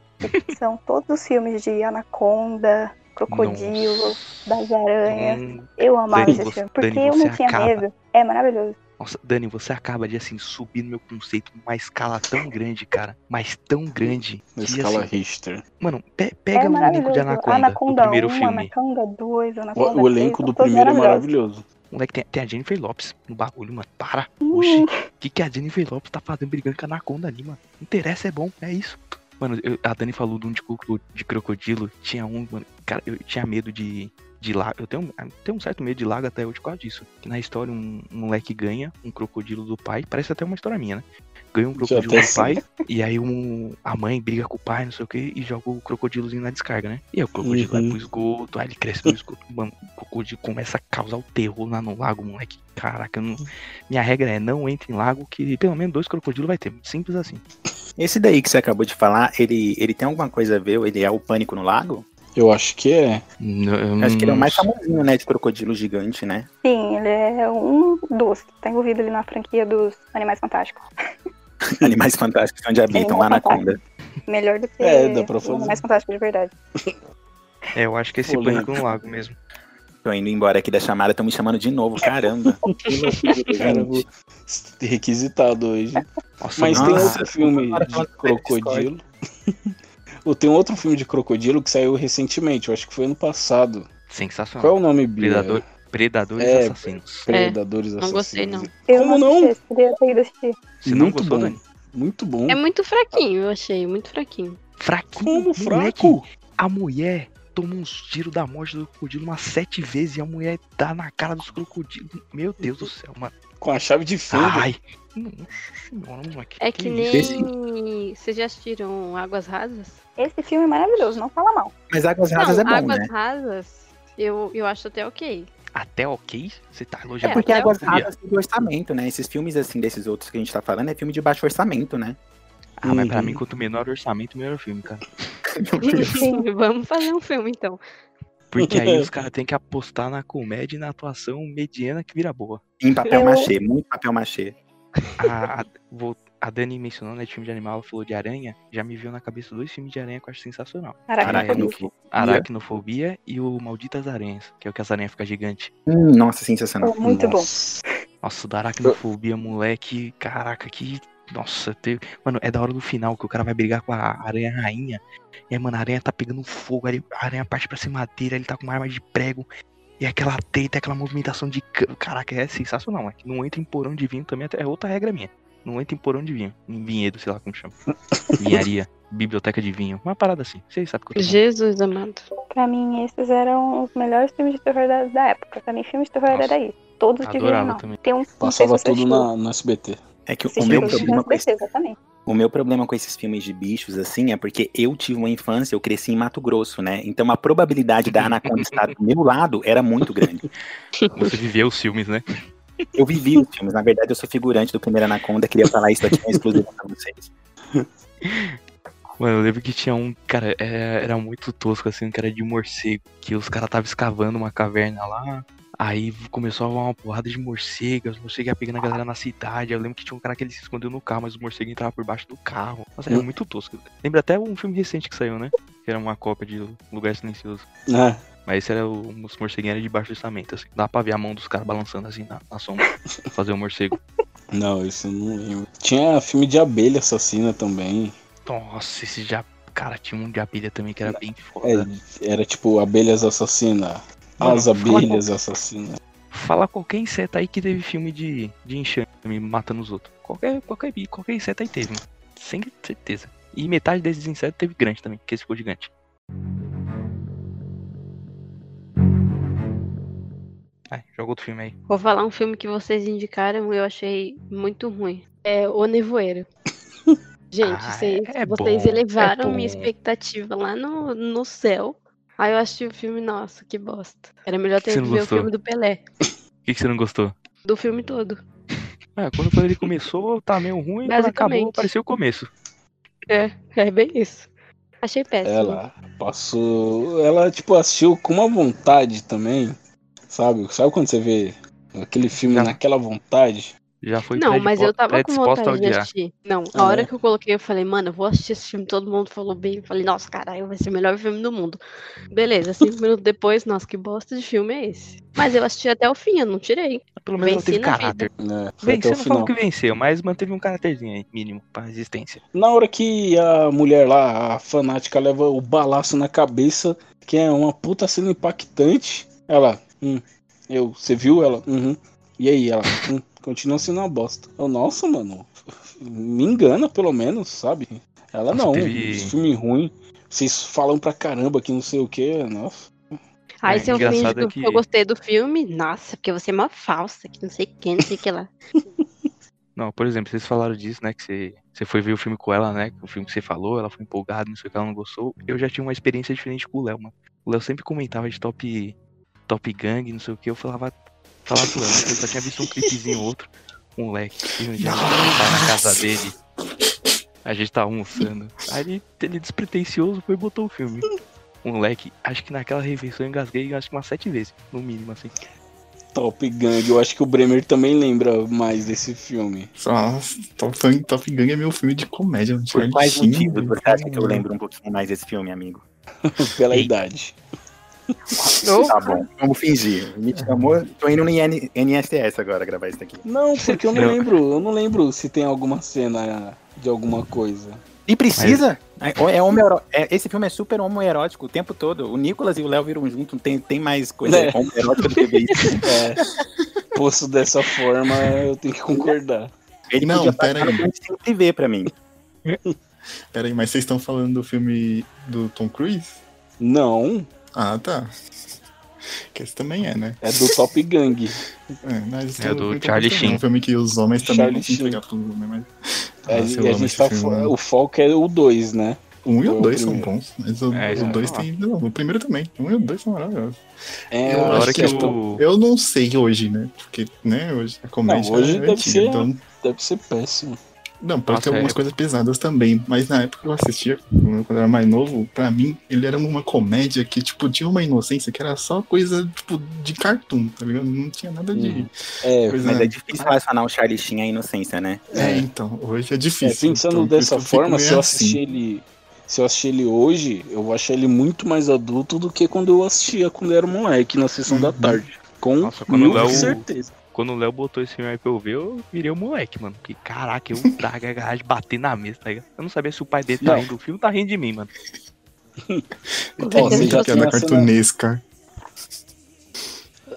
São todos os filmes de Anaconda, Crocodilo, das Aranhas. Hum, Eu amava Dani, esse você- Dani, filme, porque eu você não tinha acaba. medo. É maravilhoso. Nossa, Dani, você acaba de assim subir no meu conceito numa escala tão grande, cara. Mas tão grande. Na que, escala assim, Richter. mano, pe- pega é o elenco de maravilhoso. Anaconda, do primeiro 1, filme. Anaconda 2, Anaconda O, o elenco 3, do todos primeiro é maravilhosos. maravilhoso. Moleque, tem, tem a Jennifer Lopes no bagulho, mano. Para. Oxi, o que, que a Jennifer Lopes tá fazendo brigando com a Anaconda ali, mano? Não Interessa, é bom, é isso. Mano, eu- a Dani falou de um de, croco- de crocodilo. Tinha um, mano. Cara, eu tinha medo de, de lago. Eu tenho, eu tenho um certo medo de lago até hoje por causa disso. Que na história, um, um moleque ganha um crocodilo do pai. Parece até uma história minha, né? Ganha um crocodilo até do pai. E aí um, a mãe briga com o pai, não sei o que, e joga o crocodilozinho na descarga, né? E aí o crocodilo vai Uhum. pro esgoto, aí ele cresce no esgoto, mano, o crocodilo começa a causar o terror lá no lago, moleque. Caraca, eu não... minha regra é não entre em lago, que pelo menos dois crocodilos vai ter. Simples assim. Esse daí que você acabou de falar, ele, ele tem alguma coisa a ver? Ele é o Pânico no Lago? Eu acho que é. Eu acho que ele é o Hum. mais famosinho, né? De crocodilo gigante, né? Sim, ele é um dos que tá envolvido ali na franquia dos Animais Fantásticos. Animais Fantásticos onde habitam, lá na Conda. Melhor do que É, dá pra os fazer. Animais Fantásticos de verdade. É, eu acho que esse Polêmico. pânico no lago mesmo. Tô indo embora aqui da chamada, estão me chamando de novo, caramba. Cara, eu vou- requisitado hoje. Nossa, Mas mano, tem nossa. outro filme Agora de falando de crocodilo. Ou tem um outro filme de crocodilo que saiu recentemente, eu acho que foi ano passado. Qual sensacional. é o nome, Bia? Predador, Tá. predadores É, assassinos. Predadores não gostei, Assassinos. não. Eu Como não? não? assisti, eu Queria ter ido assistir. Você não muito gostou, bom. Dani? Muito bom. É muito fraquinho, eu achei, muito fraquinho. Fraquinho, Como moleque. fraco? A mulher toma uns tiros da morte do crocodilo umas sete vezes e a mulher dá na cara dos crocodilos. Meu Deus do céu, mano. Com a chave de fenda. Ai! Nossa senhora, moleque. É que isso? nem. Vocês já assistiram Águas Rasas? Esse filme é maravilhoso, não fala mal. Mas Águas Rasas é não, bom, Águas né? Rasas, eu, eu acho até ok. Até ok? Você tá É, É elogiando. porque até Águas eu- Rasas tem orçamento, né? Esses filmes, assim, desses outros que a gente tá falando, é filme de baixo orçamento, né? Ah, mas pra Uhum. mim, quanto menor o orçamento, melhor o filme, cara. Sim, vamos fazer um filme então. Porque aí os caras têm que apostar na comédia e na atuação mediana que vira boa. Em papel Eu- machê, muito papel machê. A, a- vou- a Dani mencionou, né, de filme de animal, ela falou de aranha. Já me viu na cabeça dois filmes de aranha que eu acho sensacional. Caraca, Caraca, foi não- muito- Aracnofobia e o Malditas Aranhas, que é o que as aranhas ficam gigantes. Hum, nossa, sensacional. foi muito bom. Nossa, o da aracnofobia, moleque. Caraca, que. Nossa, teve... mano, é da hora do final que o cara vai brigar com a aranha rainha. E aí, mano, a aranha tá pegando fogo, aí a aranha parte pra cima dele, aí ele tá com uma arma de prego. E aquela treta, aquela movimentação de. cã- Caraca, é sensacional, moleque. Não entra em porão de vinho também, até- é outra regra minha. Não entra em porão de vinho. Em vinhedo, sei lá como chama. Vinharia, biblioteca de vinho. Uma parada assim. Vocês sabem o que eu tô falando. Jesus amado. Pra mim, esses eram os melhores filmes de terror da, da época. Pra mim, filmes de terror Nossa. era isso. Todos de Adorava não. também. Tem um não sei se Passava você tudo assistiu. na, no SBT. É que o Assistiu, meu eu assisti problema na com esse SBT, exatamente. O meu problema com esses filmes de bichos, assim, é porque eu tive uma infância, eu cresci em Mato Grosso, né? Então a probabilidade da Anaconda estar do meu lado era muito grande. Você viveu os filmes, né? Eu vivi os filmes, na verdade eu sou figurante do primeiro Anaconda, queria falar isso daqui é exclusivo pra vocês. Mano, eu lembro que tinha um, cara, é, era muito tosco assim, que era de morcego, que os caras estavam escavando uma caverna lá, aí começou a voar uma porrada de morcego, os morcegos iam pegando a galera na cidade, eu lembro que tinha um cara que ele se escondeu no carro, mas o morcego entrava por baixo do carro. Nossa, era muito tosco. Lembra até um filme recente que saiu, né? Que era uma cópia de Lugar Silencioso. Ah, Mas esse era o, os morceguinhos eram de baixo orçamento, assim. Dá pra ver a mão dos caras balançando assim na, na sombra, fazer o morcego. não, isso eu não lembro. Tinha filme de abelha assassina também. Nossa, esse já. Cara, tinha um de abelha também que era bem foda. É, era tipo abelhas assassinas. Mano, As fala abelhas assassinas. Fala qualquer inseto aí que teve filme de, de enxame matando os outros. Qualquer, qualquer, bi- qualquer inseto aí teve, mano. Sem certeza. E metade desses insetos teve grande também, que esse ficou gigante. Ai, joga outro filme aí. Vou falar um filme que vocês indicaram e eu achei muito ruim. É O Nevoeiro. Gente, Ah, vocês, é vocês bom, é elevaram minha bom. expectativa lá no, no céu. Aí eu assisti o filme, nossa, que bosta. Era melhor ter Você ido não ver o gostou? filme do Pelé, O que, que você não gostou? do filme todo. Ah, quando, quando ele começou, tá meio ruim, quando acabou, Basicamente. parecia o começo. É, é bem isso. Achei péssimo. Ela passou. Ela, tipo, assistiu com uma vontade também. Sabe? Sabe quando você vê aquele filme Não. naquela vontade? Já foi Não, predispo- mas eu tava com predisposta a vontade de odiar. assistir. Não, Ah, a hora é? que eu coloquei, eu falei, mano, eu vou assistir esse filme, todo mundo falou bem. Eu falei, nossa, caralho, vai ser o melhor filme do mundo. Uhum. Beleza, cinco minutos depois, nossa, que bosta de filme é esse? Mas eu assisti até o fim, eu não tirei. Pelo menos ela Venci teve na caráter. Né? Foi até Venceu, o não falou final. que venceu, mas manteve um caracterzinho aí, mínimo, pra resistência. Na hora que a mulher lá, a fanática, leva o balaço na cabeça, que é uma puta cena impactante, ela, hum, eu, você viu ela? Uhum. E aí, ela, hum, continua sendo uma bosta. Eu, nossa, mano, me engana pelo menos, sabe? Ela Nossa, não, teve- esse filme é ruim, vocês falam pra caramba que não sei o que, nossa. Aí É, se eu engraçado finge é que... que- eu gostei do filme, nossa, porque você é uma falsa, que não sei quem, não sei o que lá. Não, por exemplo, vocês falaram disso, né? Que você, você foi ver o filme com ela, né? O filme que você falou, ela foi empolgada, não sei o que, ela não gostou. Eu já tinha uma experiência diferente com o Léo, mano. O Léo sempre comentava de top, top gang, não sei o que. Eu falava, falava do Léo, eu só tinha visto um clipezinho ou outro. Moleque, e um dia eu tava na casa dele. A gente tava almoçando. Aí ele, ele despretensioso foi e botou o filme. Moleque, acho que naquela refeição eu engasguei acho que umas sete vezes, no mínimo, assim. Top Gang, eu acho que o Bremer também lembra mais desse filme. Nossa, Top, Gun- Top Gun é meu filme de comédia. mano. Por quais Sim, motivos você acha que eu mano. lembro um pouquinho mais desse filme, amigo? Pela Ei. idade. Tá bom, vamos fingir. Me chamou, tô indo no IN NSS agora gravar isso daqui. Não, porque eu não Eu- lembro. Eu não lembro se tem alguma cena de alguma coisa. E precisa? É, é homoero- é- esse filme é super homoerótico o tempo todo. O Nicolas e o Léo viram junto, não tem, tem mais coisa É. homoerótica do que isso. É. Posto dessa forma, eu tenho que concordar. Ele Não, podia passar pera aí. antes sem TV pra mim. Peraí, mas vocês estão falando do filme do Tom Cruise? Não, Ah, tá. Que esse também é, né? é do Top Gang. É, mas esse É filme do foi Tom Charlie Cruise também, Sheen. Um filme que os homens também Charlie vão se entregar pro mundo, né? Mas... a, Nossa, eu e a amo gente esse tá filme, fo- mano. O foco é o 2, né? O 1 e Foi o o 2 são primeiro. bons, mas o É, isso eu ia 2 falar. tem. Não, o primeiro também. O 1 e o 2 são maravilhosos. É, Eu eu Na acho hora que que é o. Eu não sei hoje, né? Porque, né, hoje a comédia. Não, hoje é deve antiga, ser- Então, deve ser péssimo. não, pode Nossa, ter algumas é. coisas pesadas também. Mas na época que eu assistia, quando eu era mais novo, pra mim, ele era uma comédia que, tipo, tinha uma inocência que era só coisa, tipo, de cartoon, tá ligado? Não tinha nada de. Hum. É, coisa. Mas é difícil relacionar o Charlie Sheen à inocência, né? É, então, hoje é é, difícil. pensando então, por isso dessa eu fico forma, se meio assim. eu assistir ele. Se eu assistir ele hoje, eu vou achar ele muito mais adulto do que quando eu assistia quando eu era moleque na sessão da Uhum. tarde. Com Nossa, quando mil dá o- certeza. Quando o Léo botou esse filme aí pra eu ver, eu virei o moleque, mano. Que caraca, eu dar garagem, bater na mesa, tá ligado? Eu não sabia se o pai dele tá Não. rindo do filme ou tá rindo de mim, mano. Ó, Tem Você você já já muita tem assim, piada a cena- cartunesca.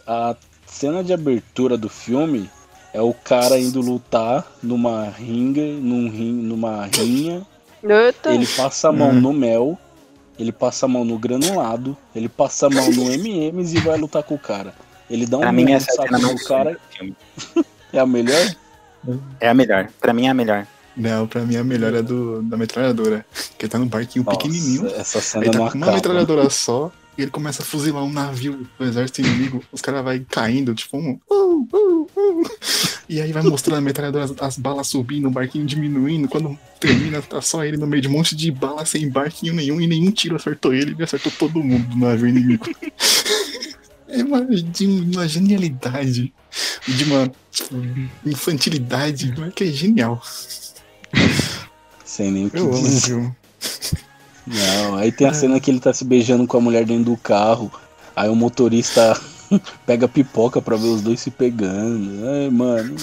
A cena de abertura do filme é o cara indo lutar numa ringa, num rin, numa rinha. Eita, Ele passa a mão Hum. no mel, ele passa a mão no granulado, ele passa a mão no MMs e vai lutar com o cara. Ele dá um Pra mim, murro no essa é a saco cena mais do cara, do filme. é a melhor? É a melhor. Pra mim é a melhor. Não, pra mim a melhor é do, da metralhadora. Que ele tá num barquinho Nossa, pequenininho. essa cena Ele tá não com uma acaba. metralhadora só e ele começa a fuzilar um navio do exército inimigo. Os caras vai caindo, tipo um. uh, uh, uh. E aí vai mostrando a metralhadora, as, as balas subindo, o barquinho diminuindo. Quando termina, tá só ele no meio de um monte de bala sem barquinho nenhum e nenhum tiro acertou ele. Ele acertou todo mundo do navio inimigo. É uma, de uma genialidade, de uma tipo, infantilidade, não é que é genial. Sem nem o que Eu amo dizer. esse filme. Não, aí tem a cena que ele tá se beijando com a mulher dentro do carro. Aí o motorista pega pipoca pra ver os dois se pegando. Ai, mano.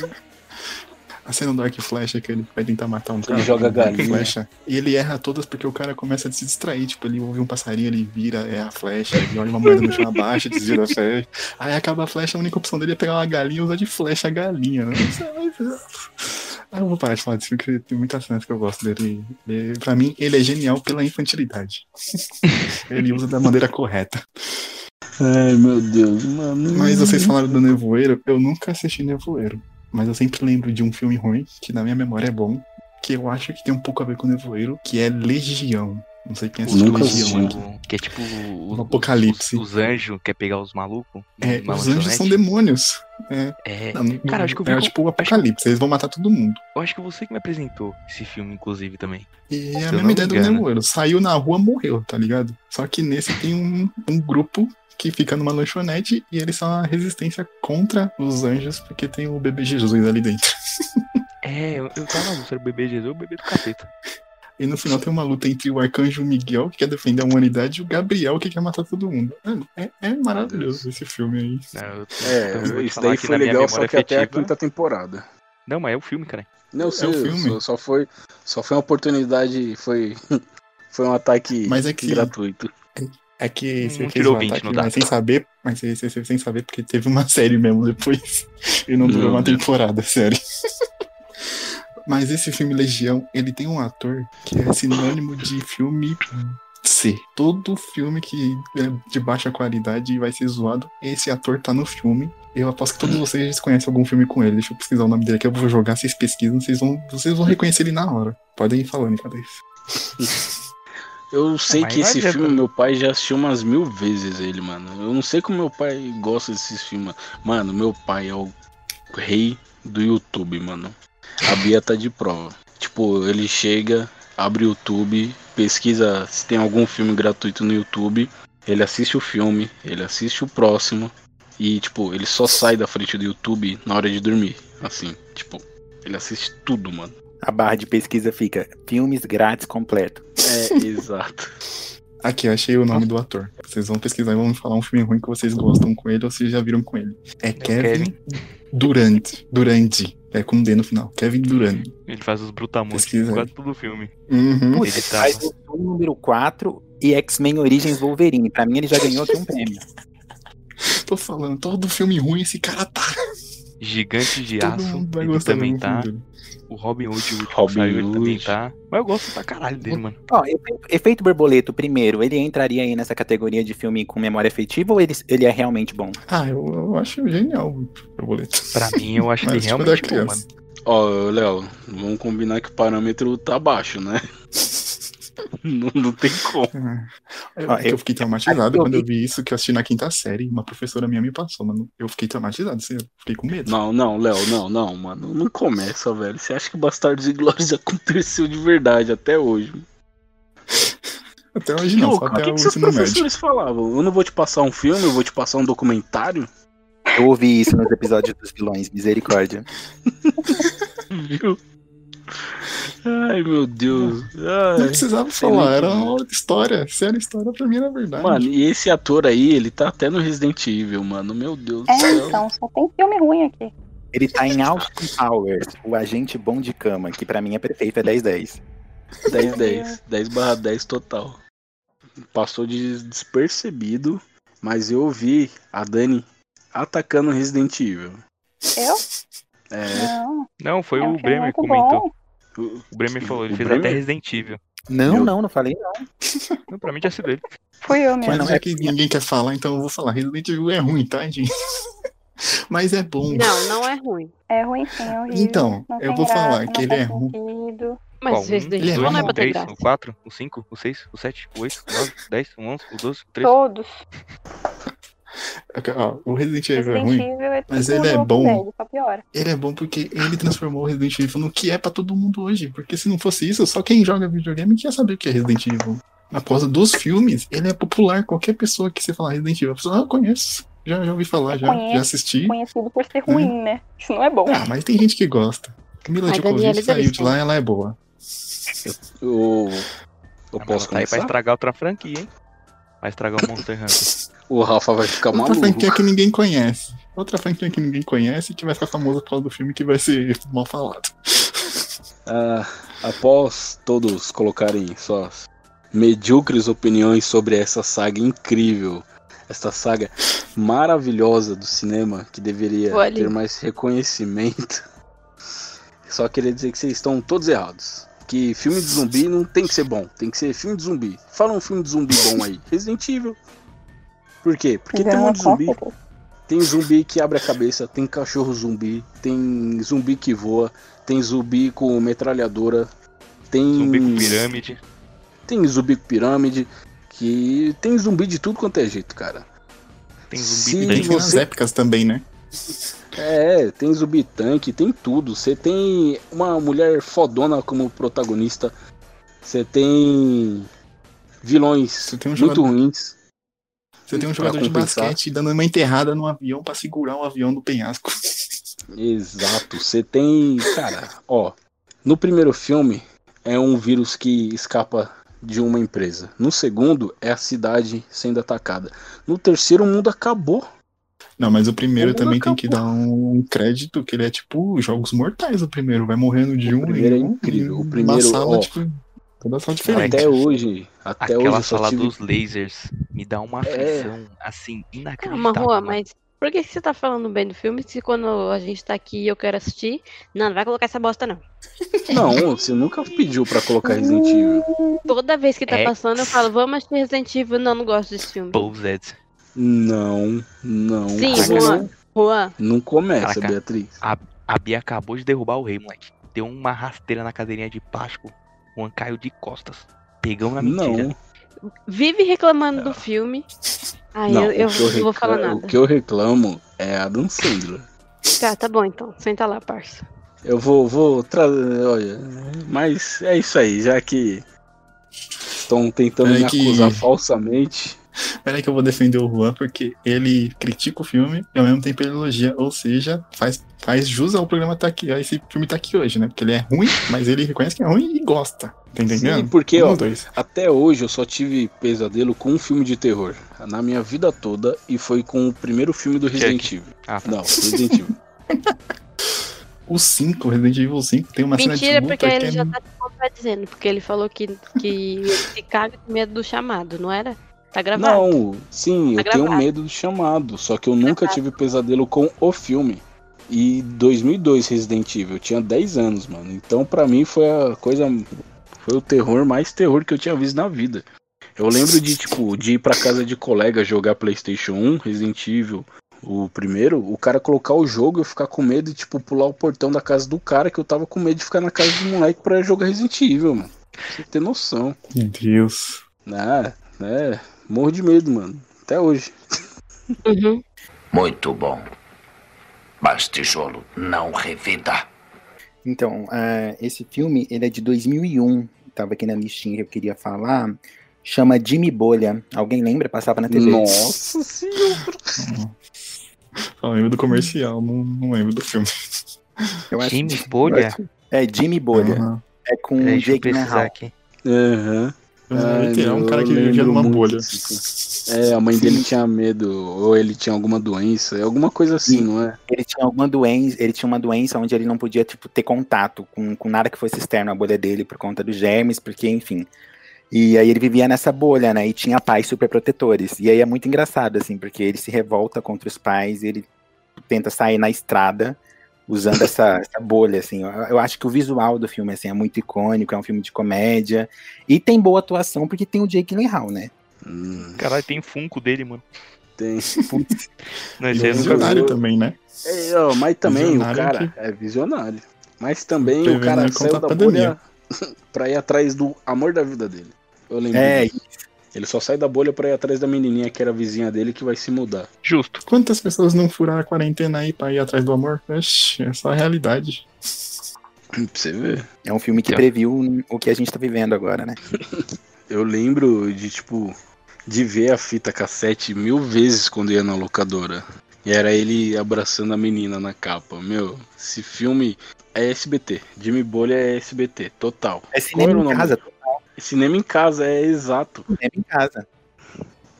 A cena do Dark Flash é que ele vai tentar matar um cara. joga com um arco e galinha. Flecha, e ele erra todas porque o cara começa a se distrair. Tipo, ele ouve um passarinho, ele vira, é a flecha, ele olha uma moeda no chão abaixa, desvira a flecha. Aí acaba a flecha, a única opção dele é pegar uma galinha e usar de flecha a galinha. Né? Ah, eu vou parar de falar disso, porque tem muitas cenas que eu gosto dele. Ele, pra mim, ele é genial pela infantilidade. ele usa da maneira correta. Ai, meu Deus, mano. Mas vocês Uhum. falaram do Nevoeiro, eu nunca assisti Nevoeiro. Mas eu sempre lembro de um filme ruim, que na minha memória é bom, que eu acho que tem um pouco a ver com Nevoeiro, que é Legião. Não sei quem assistiu Nunca Legião aqui. Que é tipo. o- Um apocalipse. Os, os anjos quer pegar os malucos. É, na os anjos lanchonete. são demônios. É, É. não, Cara, acho que eu vi é com- tipo o apocalipse, eles vão matar todo mundo. Eu acho que você que me apresentou esse filme, inclusive, também. E Se eu é a não me mesma ideia do engano. Nevoeiro. Saiu na rua, morreu, tá ligado? Só que nesse tem um, um grupo que fica numa lanchonete e eles são a resistência contra os anjos, porque tem o bebê Jesus ali dentro. É, eu, eu tava no o bebê Jesus, o bebê do capeta. E no final tem uma luta entre o arcanjo Miguel, que quer defender a humanidade, e o Gabriel, que quer matar todo mundo. Mano, é, é maravilhoso esse filme aí. Não, eu- eu vou É, te isso falar daí que foi na minha legal, só memória que até a afetiva- tá- quinta temporada. Não, mas é o filme, cara. Não, sei, um filme. Só, só foi, só foi uma oportunidade, foi, foi um ataque Mas é que- gratuito. É que você Não Hum, fez tirou um 20 ataque, no mas dado. sem saber, mas você, você- você- sem saber, porque teve uma série mesmo depois. E não durou Não, Uhum. uma né? temporada, sério. Mas esse filme Legião, ele tem um ator que é sinônimo de filme C. Todo filme que é de baixa qualidade e vai ser zoado, esse ator tá no filme. Eu aposto que todos vocês conhecem algum filme com ele. Deixa eu pesquisar o nome dele aqui, eu vou jogar, vocês pesquisam, vocês vão, vocês vão reconhecer ele na hora. Podem ir falando, cadê isso? Eu sei mas que não esse adianta. filme meu pai já assistiu umas mil vezes ele, mano. Eu não sei como meu pai gosta desses filmes. Mano, meu pai é o rei do YouTube, mano. A Bia tá de prova. Tipo, ele chega, abre o YouTube, pesquisa se tem algum filme gratuito no YouTube. Ele assiste o filme, ele assiste o próximo. E, tipo, ele só sai da frente do YouTube na hora de dormir. Assim, tipo, ele assiste tudo, mano. A barra de pesquisa fica filmes grátis completo. É, exato. Aqui, eu achei o nome do ator. Vocês vão pesquisar e vão me falar um filme ruim que vocês gostam com ele ou vocês já viram com ele. É Kevin Durant. Durante. É com D no final. Kevin Durant. Ele faz os brutamontes Pesquisa aí. quase todo o filme. Uhum. Ele Putz, tá- faz o filme número 4 e X-Men Origens Wolverine. Pra mim ele já ganhou aqui um prêmio. Tô falando, todo filme ruim esse cara tá. Gigante de Todo aço, mundo vai ele gostar do também filme tá. dele. O Robin Hood, o último que Robin saiu, ele também Hood. tá. Mas eu gosto pra caralho dele, mano. Ó, efe- efeito borboleto, primeiro, ele entraria aí nessa categoria de filme com memória afetiva ou ele, ele é realmente bom? Ah, eu, eu acho genial o borboleto. Pra mim, eu acho ele Mas, tipo, da realmente é bom, criança. mano. Ó, Léo, vamos combinar que o parâmetro tá baixo, né? Não, não tem como. É, Ó, é que eu eu- fiquei traumatizado eu quando eu vi- vi isso que eu assisti na quinta série. Uma professora minha me passou, mano. Eu fiquei traumatizado, sério. Fiquei com medo. Não, não, Léo, não, não, mano. Não começa, velho. Você acha que Bastardos e Glórias aconteceu de verdade até hoje? Até hoje não, só Louco, o até que, o que seus ensino médio. professores falavam? Eu não vou te passar um filme, eu vou te passar um documentário? Eu ouvi isso nos episódios dos vilões, misericórdia. Viu? Ai, meu Deus. Não Ai. precisava sei falar, nem era como é. uma história. Se era história, pra mim era verdade. Mano, e esse ator aí, ele tá até no Resident Evil, mano. Meu Deus do É, céu. então, só tem filme ruim aqui. Ele tá em Austin Powers, o agente bom de cama, que pra mim é perfeito, é 10-10. 10, 10. 10 barra 10 total. Passou de despercebido, mas eu ouvi a Dani atacando Resident Evil. Eu? É, Não. Não, foi é um o filme Bremer que muito comentou. bom. o- O Bremer falou, ele O fez Bremer? até Resident Evil. Não, Eu- não, não falei não. Não, pra mim já sido ele. Fui eu Mas mesmo. não é que ninguém quer falar, então eu vou falar. Resident Evil é ruim, tá, gente? Mas é bom. Não, não é ruim. É ruim sim, é horrível. Então, Não eu tem vou graça, falar não que ele é faz ruim. sentido. Mas Ó, um, Resident dois, Evil não é pra o ter 3, graça. o 4, o 5, o 6, o 7, o 8, o 9, o 10, o 11, o 12, o 13. Todos. É Ó, o Resident Evil é Resident ruim. Evil é mas tudo ele é Walking bom. Dead, só piora. Ele é bom porque ele transformou o Resident Evil no que é pra todo mundo hoje. Porque se não fosse isso, só quem joga videogame quer saber o que é Resident Evil. Na causa dos filmes, ele é popular. Qualquer pessoa que você falar Resident Evil, a pessoa, ah, eu conheço. Já, já ouvi falar, já, Conheço, já assisti. Conhecido por ser ruim, né? Isso não é bom. Hum. Ah, mas tem gente que gosta. Mila A Daniela Djokovic é saiu de delícia. lá ela é boa. Eu, eu Ah, posso mas ela tá aí pra começar? estragar outra franquia, hein? Vai estragar o Monster Hunter. O Rafa vai ficar Outra maluco. franquia que ninguém conhece. Outra franquia que ninguém conhece e que vai ficar famosa por causa do filme que vai ser mal falado. Ah, após todos colocarem suas medíocres opiniões sobre essa saga incrível, esta saga maravilhosa do cinema que deveria Vou ali. ter mais reconhecimento, só queria dizer que vocês estão todos errados. Que filme de zumbi não tem que ser bom, tem que ser filme de zumbi. Fala um filme de zumbi bom aí. Resident Evil. Por quê? Porque é tem um monte de zumbi. Tem zumbi que abre a cabeça, tem cachorro zumbi, tem zumbi que voa, tem zumbi com metralhadora, tem Zumbi com pirâmide. tem zumbi com pirâmide, que tem zumbi de tudo quanto é jeito, cara. Tem Se zumbi Tem você- tanque. nas épicas também, né? É, tem zumbi tanque, tem tudo. Você tem uma mulher fodona como protagonista. Você tem vilões Você tem um muito jogador- ruins. Você tem um Pra jogador de compensar. basquete dando uma enterrada num avião pra segurar o avião do penhasco. Exato. Você tem. Cara, ó. No primeiro filme é um vírus que escapa de uma empresa. No segundo é a cidade sendo atacada. No terceiro o mundo acabou. Não, mas o primeiro O mundo também tem que acabou. dar um crédito, que ele é tipo Jogos Mortais, o primeiro. Vai morrendo de O um primeiro é em um. incrível, o uma primeiro, sala, ó. tipo, toda sala diferente. Até hoje. Até hoje Aquela eu só sala tive. dos lasers me dá uma aflição, assim, É. Calma, inacreditável. É Rua, mano. mas por que que você tá falando bem do filme se quando a gente tá aqui e eu quero assistir? Não, não vai colocar essa bosta, não. Não, você nunca pediu pra colocar Resident Evil. Toda vez que tá É. passando, eu falo, vamos assistir Resident Evil. Não, não gosto desse filme. Bullseye. Não, não. Sim, Como Juan. não? Juan, Não começa, Caraca. Beatriz. A Bia acabou de derrubar o rei, moleque. Deu uma rasteira na cadeirinha de plástico. O Juan caiu de costas. Pegão na mentira. Não. vive reclamando do filme. Aí não, eu, eu o que eu não vou falar recla- nada. O que eu reclamo é Adam Sandler. Tá, tá bom então. Senta lá, parça. Eu vou, vou trazer, olha, mas é isso aí, já que estão tentando É me que- acusar falsamente. Peraí que eu vou defender o Juan, porque ele critica o filme e ao mesmo tempo ele elogia. Ou seja, faz, faz jus ao programa tá aqui, a esse filme tá aqui hoje, né? Porque ele é ruim, mas ele reconhece que é ruim e gosta. Tá entendendo? Sim, porque, Um ó, dos dois. até hoje eu só tive pesadelo com um filme de terror na minha vida toda e foi com o primeiro filme do Resident Evil. Ah, tá. Não, Resident Evil. O 5, Resident Evil 5, tem uma cena Mentira, de luta porque que ele é já tá se contradizendo. Porque ele falou que, que ele se caga com medo do chamado, não era? Tá gravado. Não, sim, Tá eu tenho gravado. Tá medo do chamado, só que eu nunca tive pesadelo com o filme. E 2002 Resident Evil, eu tinha 10 anos, mano. Então pra mim foi a coisa foi o terror mais terror que eu tinha visto na vida. Eu lembro de tipo de ir pra casa de colega jogar PlayStation 1, Resident Evil, o primeiro, o cara colocar o jogo e eu ficar com medo e tipo pular o portão da casa do cara que eu tava com medo de ficar na casa do moleque pra jogar Resident Evil, mano. Pra Você ter noção. Meu Deus. Ah, né? Morro de medo, mano. Até hoje. Uhum. Muito bom. Mas tijolo não revida. Então, ah, esse filme, ele é de 2001. Tava aqui na listinha que eu queria falar. Chama Jimmy Bolha. Alguém lembra? Passava na TV. Nossa senhora. Só lembro do comercial, não, não lembro do filme. Eu acho- Jimmy Bolha? É Jimmy Bolha. Ah, É com um Peraí, deixa né, eu Jake pesquisar Gyllenhaal. aqui. Aham. Ai, ele é um meu, cara que Ah, eu vivia lembro numa muito bolha. disso, É, a mãe dele tinha medo, ou ele tinha alguma doença, é alguma coisa assim, Sim. não é? Ele tinha alguma doença, ele tinha uma doença onde ele não podia tipo, ter contato com, com nada que fosse externo à bolha dele por conta dos germes, porque enfim. E aí ele vivia nessa bolha, né? E tinha pais superprotetores. E aí é muito engraçado, assim, porque ele se revolta contra os pais, ele tenta sair na estrada usando essa, essa bolha, assim. Eu, eu acho que o visual do filme, assim, é muito icônico, é um filme de comédia. E tem boa atuação, porque tem o Jake Gyllenhaal, né? Hum, Caralho, tem Funko dele, mano. tem. Não, E esse aí é eu nunca vi. visionário também, né? É, ó, mas também Visionário o cara é visionário. Mas também o Prevenir cara contra saiu a da bolha pandemia. pra ir atrás do amor da vida dele. Eu lembro. É, disso. Ele só sai da bolha pra ir atrás da menininha que era vizinha dele que vai se mudar. Justo. Quantas pessoas não furaram a quarentena aí pra ir atrás do amor? Oxi, é só a realidade. Pra você ver. é um filme que Então. previu o que a gente tá vivendo agora, né? Eu lembro de, tipo, de ver a fita cassete mil vezes quando ia na locadora. E era ele abraçando a menina na capa. Meu, esse filme é SBT. Jimmy Bolha é SBT, total. É Qual era o cinema em nome? casa, Cinema em casa, é exato. cinema em casa.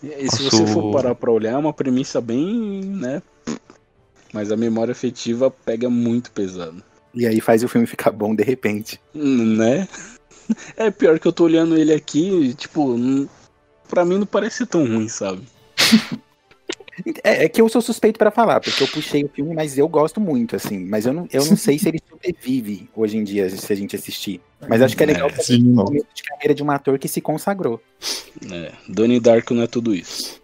E se Nosso- você for parar pra olhar, é uma premissa bem, né? Mas a memória afetiva pega muito pesado, E aí faz o filme ficar bom de repente. né? É pior que eu tô olhando ele aqui, tipo, n- pra mim não parece tão ruim, sabe? É, é que eu sou suspeito pra falar, porque eu puxei o filme, mas eu gosto muito, assim. Mas eu não, eu não sei se ele sobrevive hoje em dia, se a gente assistir. Mas acho que é legal pra Sim, o não. começo de carreira de um ator que se consagrou. É, Donnie Darko não é tudo isso.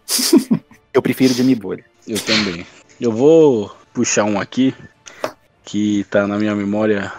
Eu prefiro Jimmy Bolha. Eu também. Eu vou puxar um aqui que tá na minha memória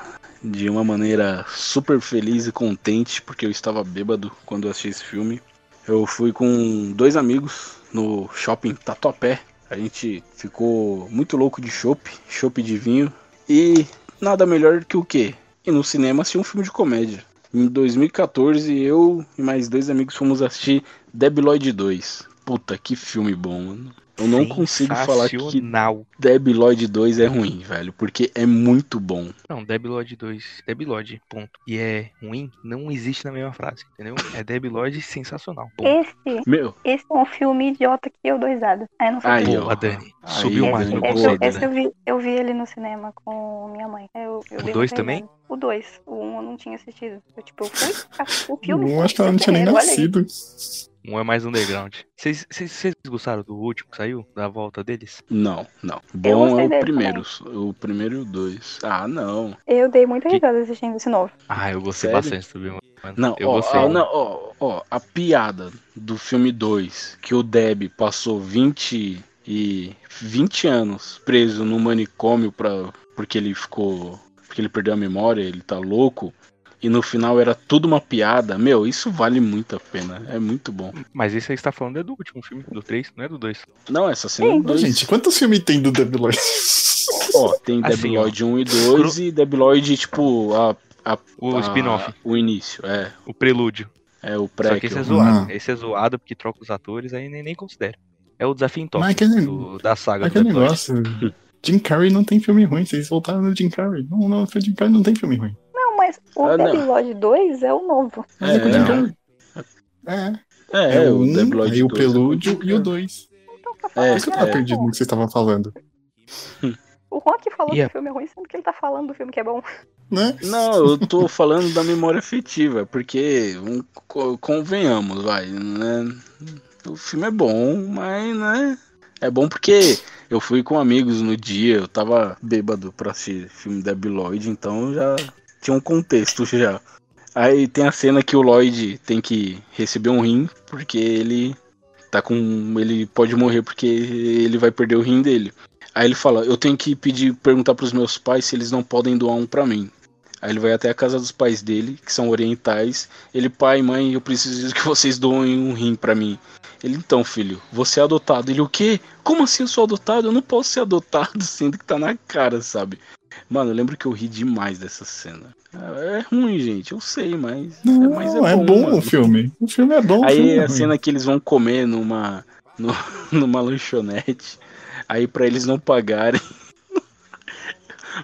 de uma maneira super feliz e contente, porque eu estava bêbado quando eu assisti esse filme. Eu fui com dois amigos no shopping Tatuapé. A gente ficou muito louco de chopp, chopp de vinho. E nada melhor que o quê? E no cinema assistir um filme de comédia. Em 2014, eu e mais dois amigos fomos assistir Debiloid 2. Puta, que filme bom, mano. Eu não consigo falar que Sensacional. Debiloid 2 é ruim, velho, porque é muito bom. Não, Debilod 2, Debilod, ponto. E é ruim, não existe na mesma frase, entendeu? É Debilod sensacional. Ponto. Esse, Meu, esse é um filme idiota que eu dou risada. Aí não sei Aí, porquê. ó. Boa, Dani. Aí, Subiu mais no Dani, Esse, eu- boa, conceito. esse né? eu, vi, eu vi ele no cinema com minha mãe. Eu, eu O dei dois muita também? risada. O dois. O um eu não tinha assistido. Eu, tipo, eu fui assistir o filme. Eu acho que ela não tinha nem primeiro, olha aí. nascido. Um é mais underground. Vocês- Vocês vocês gostaram do último que saiu? Da volta deles? Não, não. Bom é gostei o dele primeiro, o primeiro e o dois. Ah, não. Eu dei muita Que- risada assistindo esse novo. Ah, eu gostei Sério? bastante do Bill. mano. Não, eu ó, gostei. ó, não, ó, ó, a piada do filme 2, que o Deb passou 20 e 20 anos preso no manicômio pra, porque ele ficou, porque ele perdeu a memória, ele tá louco. E no final era tudo uma piada. Meu, isso vale muito a pena. É muito bom. Mas esse aí que você tá falando é do último filme, do 3, não é do 2. Não, essa cena é Sim. do dois. Gente, quantos filmes tem do Debiloid? Ó, tem Assim, Debiloid 1 e 2 e Debiloid, tipo, a, O a- spin-off, o início, é. o prelúdio. É o Só pré que que esse é eu- zoado. Ah. Esse é zoado porque troca os atores, aí nem, nem considera. É o desafio em Mas top aquele- do- da saga do Aquele Death Note. negócio. Jim Carrey não tem filme ruim, vocês voltaram no Jim Carrey. Não, não, o Jim Carrey não tem filme ruim. Não, mas o Ah, não. Debilod 2 é o novo. Mas é, com o Jim Carrey. É, É, é, é, o o 1, Debiloid aí o 2 é Prelúdio muito e o bom. 2. Então tá É, Por falando. isso que eu que tava é perdido bom. no que vocês estavam falando. O Rock falou E é- que o filme é ruim, sendo que ele tá falando do filme que é bom. Né? Não, eu tô falando da memória afetiva, porque um, co- convenhamos, vai, né? O filme é bom, mas né? É bom porque eu fui com amigos no dia, eu tava bêbado pra assistir filme da Lloyd, então já tinha um contexto já. Aí tem a cena que o Lloyd tem que receber um rim, porque ele tá com. ele pode morrer porque ele vai perder o rim dele. Aí ele fala, eu tenho que pedir, perguntar pros meus pais se eles não podem doar um pra mim. Aí ele vai até a casa dos pais dele, que são orientais. Ele, pai, mãe, eu preciso que vocês doem um rim pra mim. Ele, então, filho, você é adotado. Ele, o quê? Como assim eu sou adotado? Eu não posso ser adotado, sendo que tá na cara, sabe? Mano, eu lembro que eu ri demais dessa cena. É é ruim, gente, eu sei, mas. Não, mas é, bom o mano. filme. O filme é bom. o filme Aí é a ruim. cena que eles vão comer numa, no- numa lanchonete, aí pra eles não pagarem,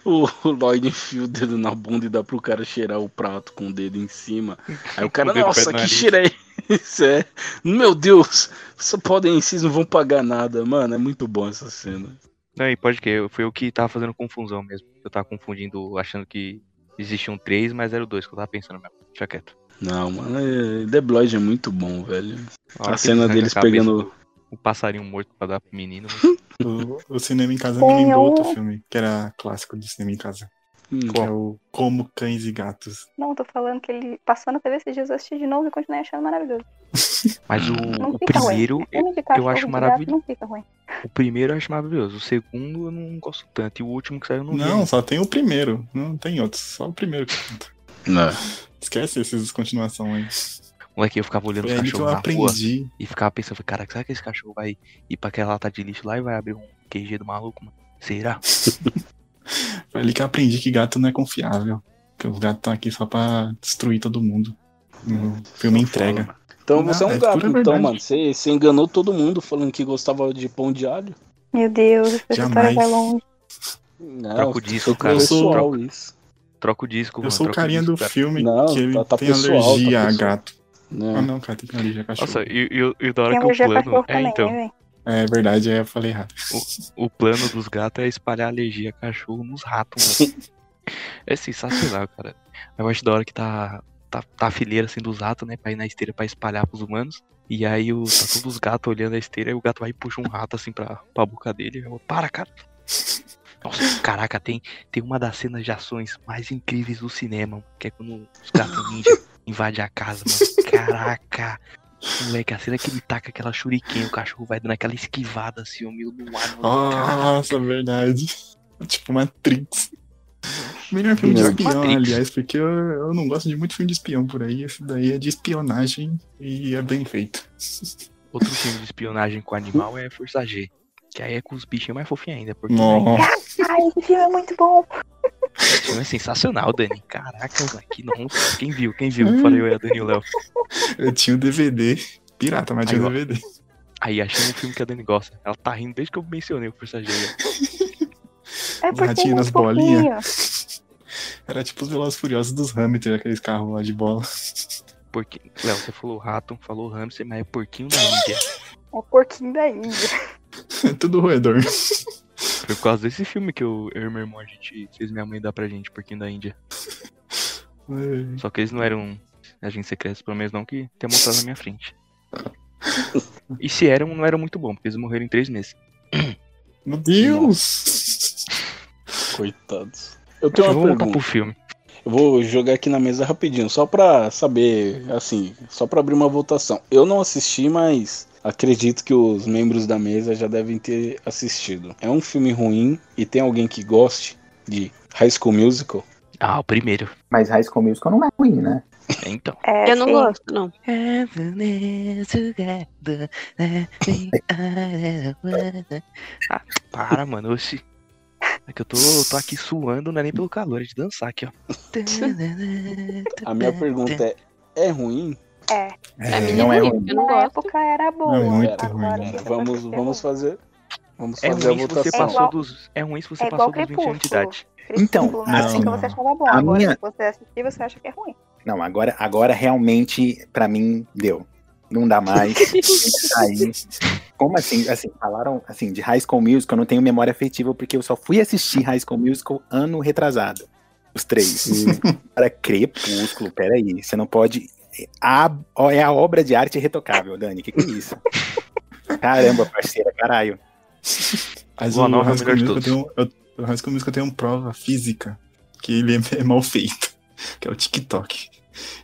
o, o Lloyd enfia o dedo na bunda e dá pro cara cheirar o prato com o dedo em cima. Aí o Com cara, o dedo nossa, perto do que nariz." cheiro é esse? É, meu Deus, só podem, vocês não vão pagar nada. Mano, é muito bom essa cena. Não, e pode que eu- foi eu que tava fazendo confusão mesmo. Eu tava confundindo, achando que existia um 3, mas era o 2 que eu tava pensando mesmo. Deixa quieto. Não, mano, é, The Blood é muito bom, velho. hora que A cena ele deles arranca a cabeça pegando. do- O passarinho morto pra dar pro menino. né? O, o cinema em casa Tem me lembrou um- outro filme, que era clássico do cinema em casa. Hum. Que é o Como Cães e Gatos. Não, tô falando que ele passou na TV esses dias, eu assisti de novo e continuei achando maravilhoso. Mas o, Não o é. fica primeiro, ruim. Filme de cachorro acho de gato maravilhoso. Não fica ruim. o primeiro eu acho maravilhoso. O segundo eu não gosto tanto. E o último que saiu eu não, vi Não, ainda. só tem o primeiro. Não tem outros. Só o primeiro que conta. Não. Esquece esses continuação aí. Moleque, eu ficava olhando Foi os ali que eu cachorros na rua aprendi. e ficava pensando, falei, cara, será que esse cachorro vai ir pra aquela lata de lixo lá e vai abrir um QG do maluco, mano? Será? Foi ali que eu aprendi que gato não é confiável. Porque os gatos estão aqui só pra destruir todo mundo. Hum, O filme Não entrega. fala, mano. Então Não, você é é um pura gato, então, verdade. mano. Você você enganou todo mundo falando que gostava de pão de alho. Meu Deus, essa história Jamais. vai longe. Não, Troca o tá disco, só cara. pessoal Eu isso. Troca o disco, Eu mano. sou o troca carinha disco, do cara. filme Não, que ele tá- tá tem pessoal, tá alergia a pessoal. É. gato. Ah, né? não, cara, tem que ir já cachorro. Nossa, e, e, o- e o da hora Tem que o alergia a plano. cachorro É, também, então. né, velho? É verdade, é, eu falei errado. O plano dos gatos é espalhar alergia a cachorro nos ratos, mano. É sensacional, cara. Eu acho da hora que tá, tá, tá a fileira assim dos ratos, né? Pra ir na esteira pra espalhar pros humanos. E aí o, tá todos os gatos olhando a esteira e o gato vai e puxa um rato assim pra, pra boca dele. Eu, Para, cara. Nossa, caraca, tem, tem uma das cenas de ações mais incríveis do cinema, mano, que é quando os gatos ninja invadem a casa, mano. Caraca! Moleque, a cena que ele taca aquela shuriken, o cachorro vai dando aquela esquivada assim, o meio do ar. mano. Ah, Nossa, verdade. Tipo Matrix. Melhor filme de Melhor que espião, Matrix. aliás, porque eu, eu não gosto de muito filme de espião por aí. Esse daí é de espionagem e é bem feito. Outro filme de espionagem com animal é Força G. Que aí é com os bichinhos mais fofinhos ainda, porque né, aí, Nossa. Ai, esse filme é muito bom. esse filme é sensacional, Dani. Caraca, moleque, nossa. Quem viu, quem viu? Falei eu e a Dani e o Léo. Eu tinha o DVD. Pirata, mas tinha Aí, o ó. DVD. Aí achei um filme que a Dani gosta. Ela tá rindo desde que eu mencionei o Força G. ó. É porque é Ratinho nas muito fofinho. bolinhas. Era tipo os Velozes Furiosos dos Hamilton, aqueles carros lá de bola. Porque, Léo, você falou rato, falou hamster, mas é porquinho da Índia. É o porquinho da Índia. Tudo roedor. Foi por causa desse filme que eu, eu e meu irmão, a gente fez minha mãe dar pra gente, porquinho da Índia. Só que eles não eram agentes secretos, pelo menos não que tenha mostrado na minha frente. E se eram, não eram muito bom, porque eles morreram em três meses. Meu Deus! Coitados. Eu tenho Então, uma Vamos voltar pergunta. pro filme. Eu vou jogar aqui na mesa rapidinho, só pra saber, assim, só pra abrir uma votação. Eu não assisti, mas acredito que os membros da mesa já devem ter assistido. É um filme ruim e tem alguém que goste de High School Musical? Ah, o primeiro. Mas High School Musical não é ruim, né? É, Então. É, Eu não sim. gosto, não. Ah, para, mano. Oxi. É que eu tô, eu tô aqui suando, não é nem pelo calor, é de dançar aqui, ó. A minha pergunta é, é ruim? É. A minha não é ruim, ruim. porque eu não Na gosto. época era boa. Não, é muito agora ruim, ainda mano. vai Vamos, ser vamos ruim. fazer, vamos É fazer a ruim se você votação. É passou igual- dos. É ruim se você é igual passou dos 20 anos de Crepúsculo. idade. Então, Crepúsculo, na não, época não. assim, você achava bom, A agora minha- se você assistir, você acha que é ruim. Não, agora, agora realmente, pra mim, deu. Não dá mais. Tem que sair. Como assim? Assim, falaram assim, de High School Musical, eu não tenho memória afetiva, porque eu só fui assistir High School Musical ano retrasado. Os três. Para Crepúsculo, peraí. Você não pode. A, ó, é a obra de arte retocável, Dani. Que que é isso? Caramba, parceira, caralho. Mas Boa o nova, é High School melhor de Musical todos. tem um- eu- o High School Musical tem uma prova física que ele é, é mal feito, que é o TikTok.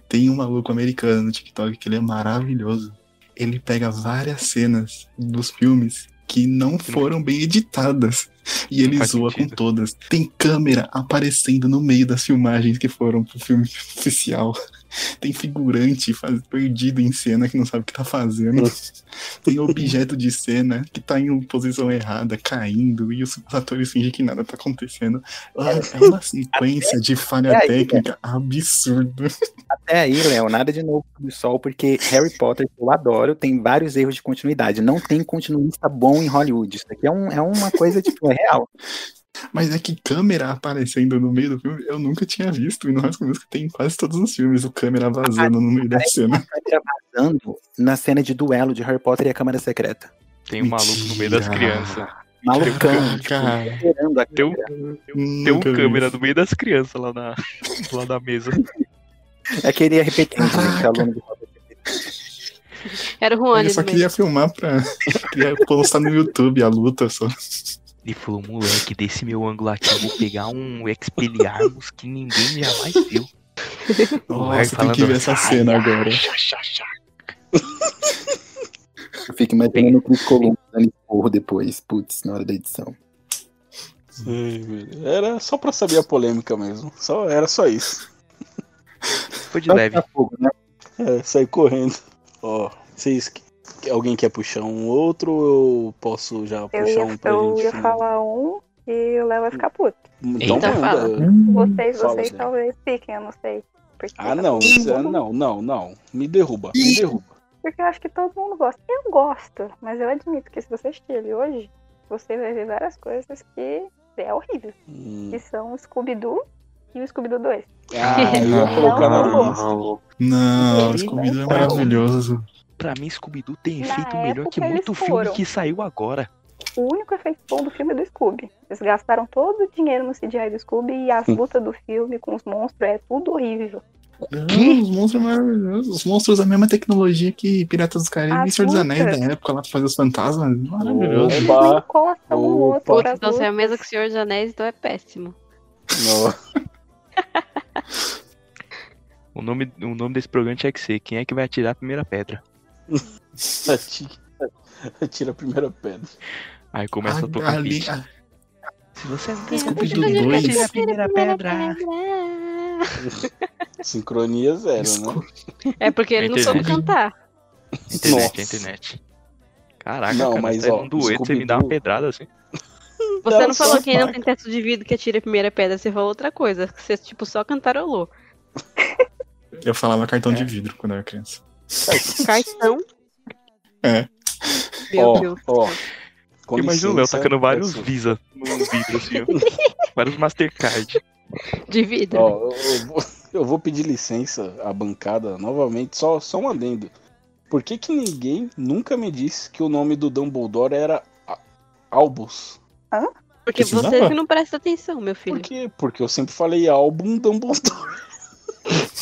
Tem um maluco americano no TikTok que ele é maravilhoso. Ele pega várias cenas dos filmes que não foram bem editadas e ele faz zoa sentido. com todas. Tem câmera aparecendo no meio das filmagens que foram pro filme oficial. Tem figurante faz- perdido em cena que não sabe o que tá fazendo. Tem objeto de cena que tá em posição errada, caindo, e os atores fingem que nada tá acontecendo. Ah, É uma sequência de falha Até aí, técnica absurda. Até aí, Léo, nada de novo do sol, porque Harry Potter, que eu adoro, tem vários erros de continuidade. Não tem continuista bom em Hollywood. Isso aqui é, um- é uma coisa, tipo, é real. Mas é que câmera aparecendo no meio do filme eu nunca tinha visto. E no Rasco Music tem em quase todos os filmes o câmera vazando no meio da cena. Câmera vazando Tá na cena de duelo de Harry Potter e a Câmara Secreta. Tem um maluco no meio das Mentira. crianças. Malucão, Ah, cara. esperando a Tem um, tem um Nunca vi câmera isso. no meio das crianças lá na, lá da mesa. É que ele é repetente, gente, Caraca. aluno do Era o Juan Eu só mesmo. queria filmar pra queria postar no YouTube a luta só. Ele falou, moleque, desse meu ângulo aqui eu vou pegar um Expelliarmus que ninguém jamais viu. assim, Nossa, tem que ver essa cena agora. Eu fico imaginando o Chris Columbus dando porro né? depois, putz, na hora da edição. Ai, meu Deus. Era só pra saber a polêmica mesmo, só, era só isso. Foi Ah, de leve. Fogo, né? É, sair correndo. Ó, vocês. Alguém quer puxar um outro ou eu posso já Eu puxar ia, um pra eu gente? ia falar um e o Léo vai ficar puto. Então Eita, manda. fala. Hum. Vocês, Fala, vocês Zé. talvez fiquem, eu não sei. Porque Ah, não, isso é- não, não, não. Me derruba, me derruba. Porque eu acho que todo mundo gosta. Eu gosto, mas eu admito que se você assistir ele hoje, você vai ver várias coisas que é horrível. Hum, Que são o Scooby-Doo e o Scooby-Doo 2. Ah, eu ia colocar na Não. é lista. Não, Ele Scooby-Doo é não. maravilhoso. Pra mim, Scooby-Doo tem Na efeito melhor que época, muito eles filme foram. que saiu agora. O único efeito bom do filme é do Scooby. Eles gastaram todo o dinheiro no CGI do Scooby e as lutas do filme com os monstros é tudo horrível. Não, os monstros maravilhosos. Os monstros da mesma tecnologia que Piratas dos Caribe e As Senhor dos Anéis lutas. da época lá pra fazer os fantasmas. Maravilhoso. Eles Opa. não encostam um no Opa. outro. Putz, as então se é a lutas. mesa que o Senhor dos Anéis, então é péssimo. Não. O nome, o nome desse programa tinha que ser Quem é que vai atirar a primeira pedra? Atira- Atira a primeira pedra. Aí começa a A- tocar ali, ali- a- Se você não Scooby-Doo atira a 2. primeira pedra. Sincronia zero, né? É porque ele não soube Entendi. cantar. Internet, Nossa. internet. Caraca, Não, cara, mas, até ó, um dueto você me dá uma Scooby-Doo- pedrada assim. Você não Nossa, falou que não tem teto de vidro que atira a primeira pedra, você falou outra coisa. que Você, tipo, só cantarolou. Eu falava cartão É. de vidro quando eu era criança. Cartão. É. Meu ó, Deus. ó. Com Imagina o Léo licença, tacando vários peço- Visa no vidro assim, ó. vários Mastercard. De vidro. Ó, eu, eu vou, eu vou pedir licença à bancada novamente, só, só um adendo. Por que, que ninguém nunca me disse que o nome do Dumbledore era A- Albus? Porque precisava? é. você que não presta atenção, meu Por filho. quê? Porque eu sempre falei álbum Dumbledore.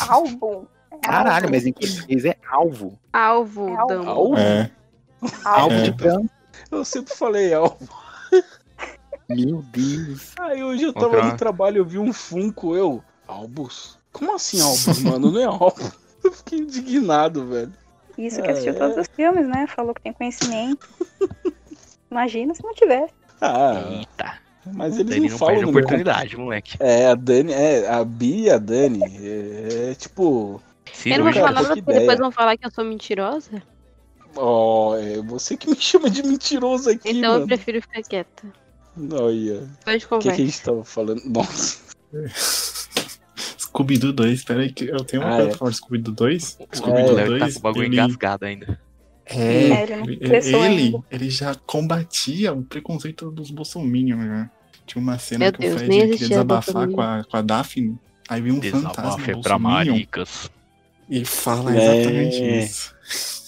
Álbum. É Caralho, álbum. mas em português é alvo. Alvo, É alvo. Dão. Alvo? É. Alvo É. de campo. Eu sempre falei álbum. Meu Deus. Aí hoje eu Outra. tava no trabalho, eu vi um Funko, eu. Albus? Como assim Albus, mano? Não é Albus. Eu fiquei indignado, velho. Isso que assistiu É. todos os filmes, né? Falou que tem conhecimento. Imagina se não tivesse. Ah, Eita. mas eles Ele não não falam perde no meu oportunidade, moleque. É, a Dani, é, a Bia e a Dani, é, é tipo, Eu não vou Cara, falar Cirúrgica. nada que porque depois ideia. vão falar que eu sou mentirosa. ó, é você que me chama de mentiroso aqui, Então eu mano. prefiro ficar quieta. Olha, Depois o de que, é que conversa. a gente tava falando? Nossa, Scooby-Doo 2, peraí, que eu tenho uma Ah, coisa é. pra falar de Scooby-Doo 2. Scooby-Doo É, Léo tá com o bagulho ele- engasgado ainda. É, É, ele não ele, cresceu ele, ainda. ele já combatia o preconceito dos bolsominions, né? Tinha uma cena Meu que Deus, o Fred nem queria existia desabafar bolsominion. com a, com a Daphne, aí vem um fantasma Desabafo é pra bolsominion maricas. e fala É. exatamente isso.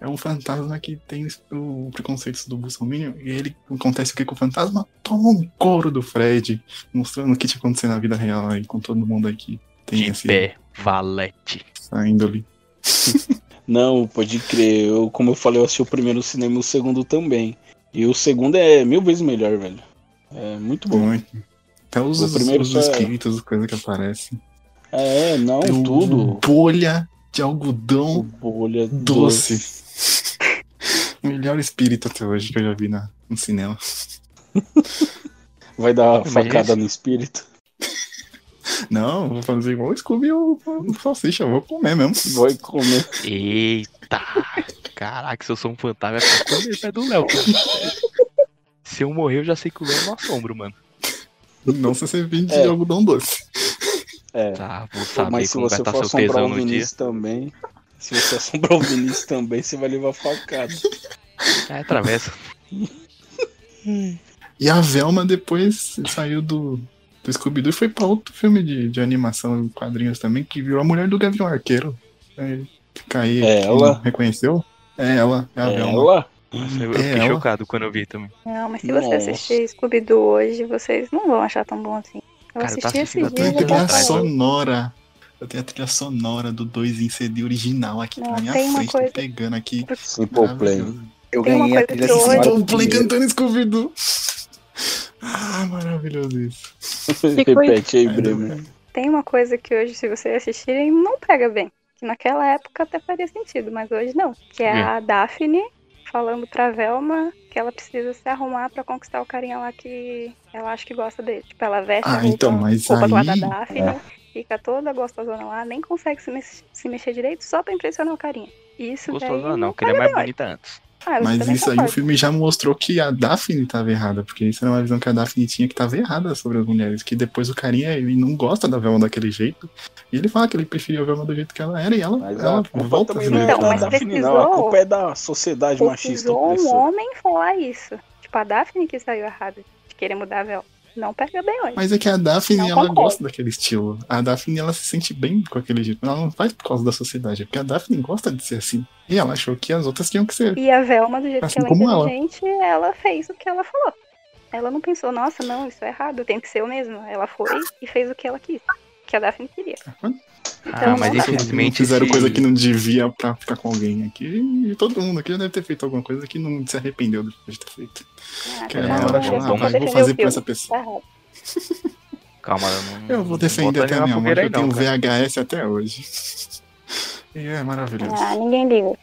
É um fantasma que tem o preconceito do bolsominion e ele acontece o que com o fantasma? Toma um couro do Fred, mostrando o que tinha acontecido na vida real aí com todo mundo aqui. Tem De esse, pé, valete. essa índole. não, pode crer, eu, como eu falei, eu assisti o primeiro no cinema e o segundo também. E o segundo é mil vezes melhor, velho. É muito bom. Muito. Até os, O primeiro os só é- espíritos, as coisas que aparecem. É, não, Tem um tudo. Bolha de O algodão Bolha doce. Melhor espírito até hoje que eu já vi na, no cinema. Vai dar uma Mas facada esse- no espírito. Não, vou fazer igual o Scooby e o o Salsicha, eu vou comer mesmo. Vai comer. Eita! Caraca, se eu sou um fantasma, é pra comer o pé do Léo. cara. Se eu morrer, eu já sei que o Léo é um assombro, mano. Não se você vende É. de algodão doce. É. Tá, vou saber Mas se como você vai estar for seu assombrar tesão um o no dia. Vinícius também. Se você assombrar o Vinícius também, você vai levar facada. Ah, atravessa. E a Velma depois saiu do, do Scooby-Doo e foi pra outro filme de, de animação, quadrinhos também, que virou a mulher do Gavião Arqueiro. Aí, fica aí, É quem ela? não reconheceu? É ela, é a Velma. Ela? Nossa, eu, eu É fiquei ela. chocado quando eu vi também. Não, mas se Nossa. você assistir Scooby-Doo hoje, vocês não vão achar tão bom assim. Eu Cara, eu tô assisti assistindo esses até Tem a dias e tá eu trilha tava- Só- sonora. Eu tenho a trilha sonora do 2 em CD original aqui Não, na minha tem uma frente, coisa- tô pegando aqui. Simple Plan. Maravilhoso. Eu Tem uma ganhei a coisa trilha que hoje- sonora do Simple Plan primeiro. cantando Scooby-Doo. Ah, maravilhoso isso. Repete aí, Ai, Bremer. não. Tem uma coisa que hoje, se vocês assistirem, não pega bem. Que naquela época até faria sentido, mas hoje não. Que Hum. é a Daphne falando pra Velma que ela precisa se arrumar pra conquistar o carinha lá que ela acha que gosta dele. Tipo, ela veste a Ah, roupa, então, mas roupa do lado aí- é. da Daphne, fica toda gostosona lá, nem consegue se, mex- se mexer direito só pra impressionar o carinha. Isso daí Gostoso não, que ele é pega mais bem hoje. bonita antes. Ah, eu Mas também isso aí o concordo. filme já mostrou que a Daphne tava errada, porque isso era uma visão que a Daphne tinha que tava errada sobre as mulheres, que depois o carinha ele não gosta da Velma daquele jeito, e ele fala que ele preferia a Velma do jeito que ela era, e ela, Mas ela a culpa Ah, volta assim, né? a também ser não é Então, do jeito que da ela mas era. Daphne, não. A precisou- culpa é da sociedade machista precisou um opressora. homem falar isso. Tipo, a Daphne que saiu errada de querer mudar a Velma. Não pega bem hoje. Mas é que a Daphne, Não ela concordo. gosta daquele estilo. A Daphne, ela se sente bem com aquele jeito. Ela não faz por causa da sociedade, é porque a Daphne gosta de ser assim. E ela achou que as outras tinham que ser. E a Velma, do jeito Assim que como ela ela. é inteligente, ela. fez o que ela falou. Ela não pensou, nossa, não, isso é errado, eu tenho que ser eu mesma. Ela foi e fez o que ela quis, o que a Daphne queria. Então Ah, mas não- infelizmente. fizeram esse- coisa que não devia pra ficar com alguém aqui. E todo mundo aqui já deve ter feito alguma coisa que não se arrependeu de ter feito. Ah, Que aí não, ela não, falou, não, ah, não. mas eu vou Defender fazer o pra filme. essa pessoa. Tá errado. Calma, eu não. Eu vou não defender boto até ele a na minha morte, fogueira aí eu tenho não, cara. VHS até hoje. E é maravilhoso. Ah, ninguém liga.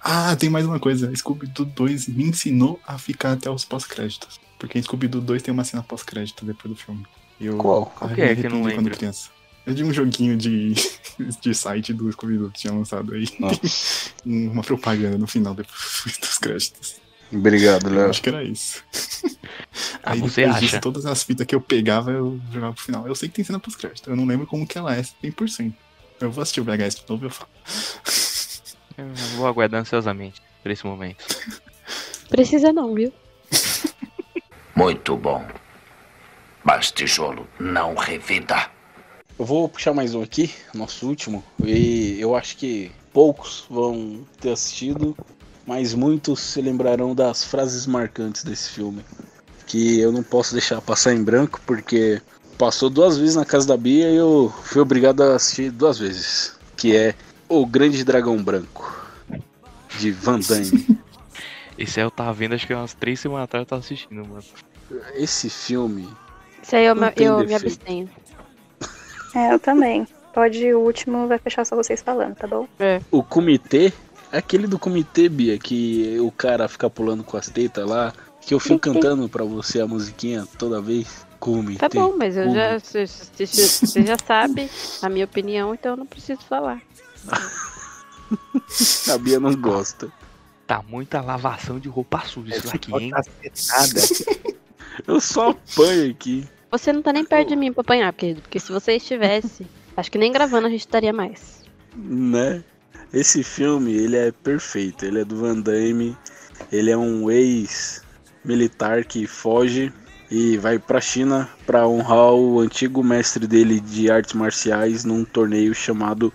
Ah, tem mais uma coisa. Scooby-Doo 2 me ensinou a ficar até os pós-créditos. Porque em Scooby-Doo 2 tem uma cena pós-crédito depois do filme. E Eu, Qual? eu Qual me que é que eu não arrependi quando lembro? criança. É de um joguinho de, de site do Scooby-Doo que tinha lançado aí. Tem uma propaganda no final depois dos créditos. Obrigado, Eu Léo. acho que era isso. Ah, aí você depois acha? disso, todas as fitas que eu pegava, eu jogava pro final. Eu sei que tem cena pós-crédito. Eu não lembro como que ela é 100%. Eu vou assistir o VHS de novo e eu falo. Eu vou aguardar ansiosamente por esse momento. Precisa não, viu? Muito bom. Mas tijolo não revida. Eu vou puxar mais um aqui, nosso último, e eu acho que poucos vão ter assistido, mas muitos se lembrarão das frases marcantes desse filme, que eu não posso deixar passar em branco, porque passou duas vezes na casa da Bia e eu fui obrigado a assistir duas vezes, que é O Grande Dragão Branco, de Van Damme. Esse aí eu tava vendo, acho que umas três semanas atrás eu tava assistindo, mano. Esse filme, Isso aí eu, Não me, tem eu me defeito. abstenho. É, eu também. Pode, o último vai fechar só vocês falando, tá bom? o comitê, é aquele do comitê, Bia, que o cara fica pulando com as tetas lá, que eu fico cantando pra você a musiquinha toda vez. Comitê. Tá bom, mas eu Como? já, você você já sabe a minha opinião, então eu não preciso falar. A Bia não gosta. Tá muita lavação de roupa é suja isso daqui, tá hein? Eu só apanho aqui. Você não tá nem perto de mim pra apanhar, querido, porque se você estivesse, acho que nem gravando a gente estaria mais. né? Esse filme, ele é perfeito. Ele é do Van Damme. Ele é um ex-militar que foge e vai pra China pra honrar o antigo mestre dele de artes marciais num torneio chamado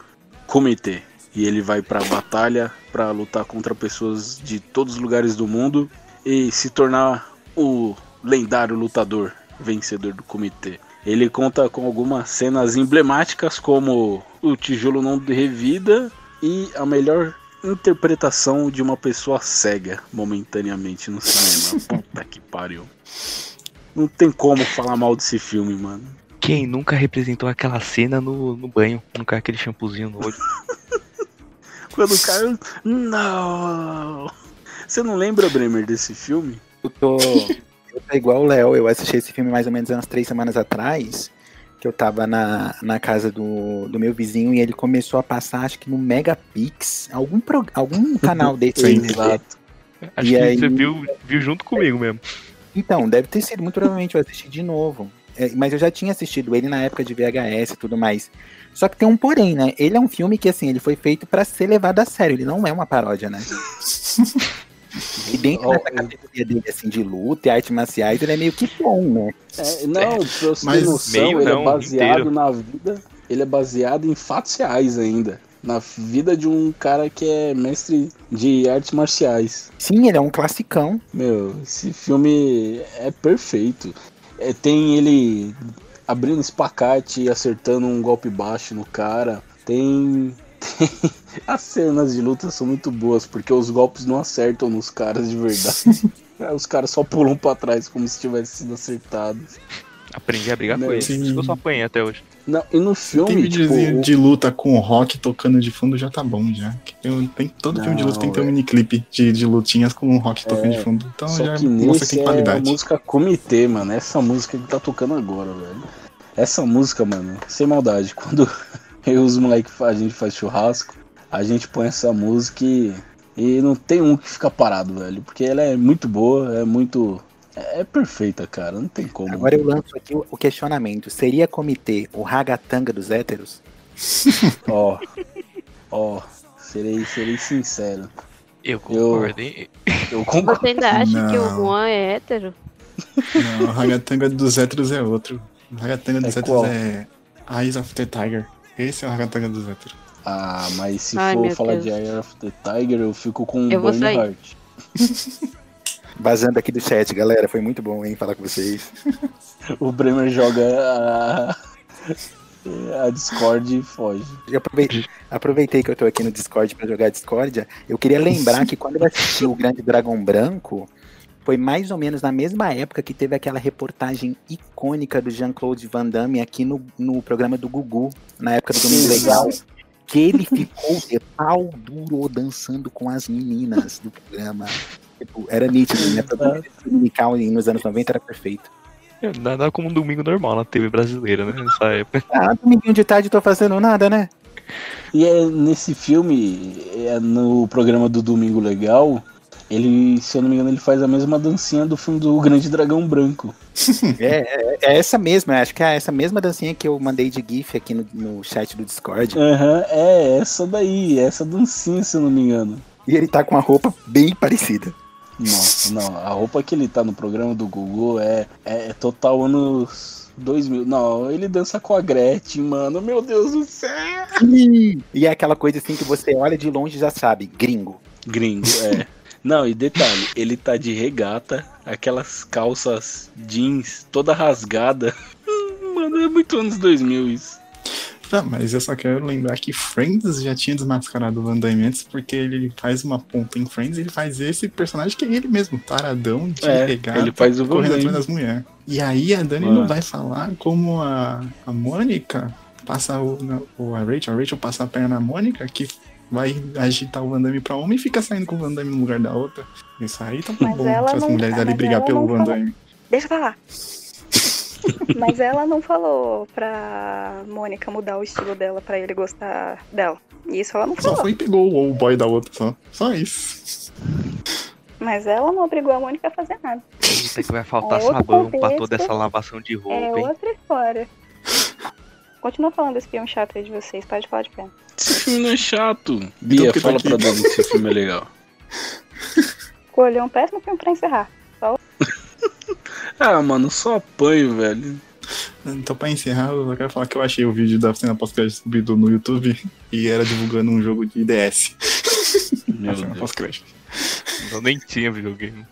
Kumite. E ele vai pra batalha pra lutar contra pessoas de todos os lugares do mundo e se tornar o lendário lutador vencedor do Kumite. Ele conta com algumas cenas emblemáticas como o tijolo não revida e a melhor interpretação de uma pessoa cega momentaneamente no cinema. Puta que pariu. Não tem como falar mal desse filme, mano. Quem nunca representou aquela cena no, no banho? Nunca aquele shampoozinho no olho. Quando o cara. Não! Você não lembra, Bremer, desse filme? Eu tô, eu tô igual o Léo, eu assisti esse filme mais ou menos umas três semanas atrás, que eu tava na, na casa do, do meu vizinho e ele começou a passar, acho que no Megapix, algum, pro- algum canal desse. né? Sim. Acho E que aí- você viu, viu junto comigo mesmo. Então, deve ter sido, muito provavelmente eu assisti de novo. É, mas eu já tinha assistido ele na época de VHS e tudo mais. Só que tem um porém, né? Ele é um filme que, assim, ele foi feito pra ser levado a sério. Ele não é uma paródia, né? E dentro Ó, dessa categoria dele, assim, de luta e artes marciais, ele é meio que bom, né? É, não, pra você ter Mas noção, meio ele não, é baseado inteiro. na vida. Ele é baseado em fatos reais ainda. Na vida de um cara que é mestre de artes marciais. Sim, ele é um classicão. Meu, esse filme é perfeito. É, tem ele abrindo espacate e acertando um golpe baixo no cara. Tem. tem- As cenas de luta são muito boas, porque os golpes não acertam nos caras de verdade. É, os caras só pulam pra trás como se tivesse sido acertado. Aprendi a brigar Não, com ele. Por sim. isso que eu só apanhei até hoje. Não, e no Tem um filme, tipo, videozinho o- de luta com rock tocando de fundo já tá bom, já. Que Tem, tem- todo filme de luta tem que ter um miniclipe de, de lutinhas com rock tocando de fundo. Então é. só já que mostra que nesse tem é a qualidade. música Comitê, mano. Essa música que tá tocando agora, velho. Essa música, mano, sem maldade. Quando eu e os moleques, fa- a gente faz churrasco, a gente põe essa música e, e não tem um que fica parado, velho. Porque ela é muito boa, é muito... É, é perfeita, cara. Não tem como. Agora eu lanço aqui o o questionamento. Seria comitê o ragatanga dos héteros? Ó, ó, serei, serei sincero. Eu concordo, hein? Eu concordo. Você ainda acha que o Não. Juan é hétero? Não, o Ragatanga dos héteros é outro. O Ragatanga dos É héteros qual? é Eyes of the Tiger. Esse é o Ragatanga dos héteros. Ah, mas se Ai, for meu falar Deus. de Eye of the Tiger, eu fico com um Eu vou sair. Heart. Vazando aqui do chat, galera. Foi muito bom, hein, falar com vocês. O Bremer joga a, a Discord e foge. E aprovei- Aproveitei que eu tô aqui no Discord pra jogar Discordia. Eu queria lembrar que quando eu assisti o Grande Dragão Branco, foi mais ou menos na mesma época que teve aquela reportagem icônica do Jean-Claude Van Damme aqui no, no programa do Gugu, na época do Domingo Legal. Que ele ficou de pau duro dançando com as meninas do programa. Tipo, era nítido, né? Programa dominical e nos anos 90 era perfeito. É, Nada como um domingo normal na TV brasileira, né? Nessa época. Ah, dominguinho de tarde eu tô fazendo nada, né? E é nesse filme, é no programa do Domingo Legal, ele, se eu não me engano, ele faz a mesma dancinha do filme do Grande Dragão Branco. É, é- é essa mesma, acho que é essa mesma dancinha que eu mandei de GIF aqui no, no chat do Discord. Aham, é essa daí, é essa dancinha, se eu não me engano. E ele tá com uma roupa bem parecida. Nossa, não, a roupa que ele tá no programa do Gugu é, é, é total anos 2000. Não, ele dança com a Gretchen, mano, meu Deus do céu! E é aquela coisa assim que você olha de longe e já sabe, gringo. Gringo, é. Não, e detalhe, ele tá de regata, aquelas calças jeans toda rasgada. Mano, é muito anos 2000 isso. Tá, mas eu só quero lembrar que Friends já tinha desmascarado o Van Damme antes, porque ele faz uma ponta em Friends e ele faz esse personagem que é ele mesmo, taradão de É, regata, ele faz o correndo Van Damme. atrás das mulheres. E aí a Dani Mano. não vai falar como a, a Mônica passa o, na- ou a Rachel, a Rachel passa a perna na Mônica, que vai agitar o Van Damme pra uma e fica saindo com o Van Damme no lugar da outra. Isso aí tá Mas bom ela pra as não- mulheres ali mas brigar ela pelo não Van fala- Damme. Deixa pra lá. Mas ela não falou pra Mônica mudar o estilo dela pra ele gostar dela. Isso ela não Só falou. foi e pegou o boy da outra só. Só isso. Mas ela não obrigou a Mônica a fazer nada. Puta que vai faltar É outro sabão pra contexto. toda essa lavação de É roupa, hein? outra história. Continua falando desse filme chato aí de vocês, pode falar de pé. Esse filme não é chato. Bia, por que tá fala aqui? pra Dani se o filme é legal. Escolheu um péssimo filme pra encerrar. Ah, mano, só apanho, velho. Então, pra encerrar, eu só quero falar que eu achei o vídeo da cena pós-crédito subido no YouTube e era divulgando um jogo de DS. Meu A cena Deus. pós-crédito. Eu nem tinha videogame.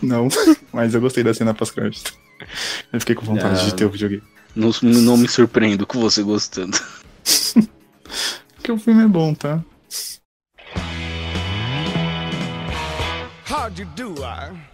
Não, mas eu gostei da cena pós-crédito. Eu fiquei com vontade Ah. de ter o videogame. Não, não me surpreendo com você gostando. Porque o filme é bom, tá? How'd you do, uh? I?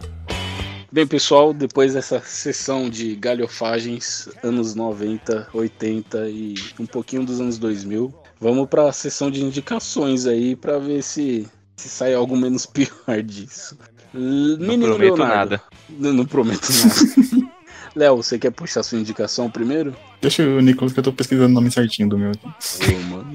Bem, pessoal, depois dessa sessão de galhofagens, anos 90, 80 e um pouquinho dos anos 2000, vamos pra sessão de indicações aí pra ver se, se sai algo menos pior disso. L- Não Menino prometo Leonardo. nada. Não, não prometo nada. Léo, você quer puxar sua indicação primeiro? Deixa o Nicolas que eu tô pesquisando o nome certinho do meu. aqui. Ô, mano.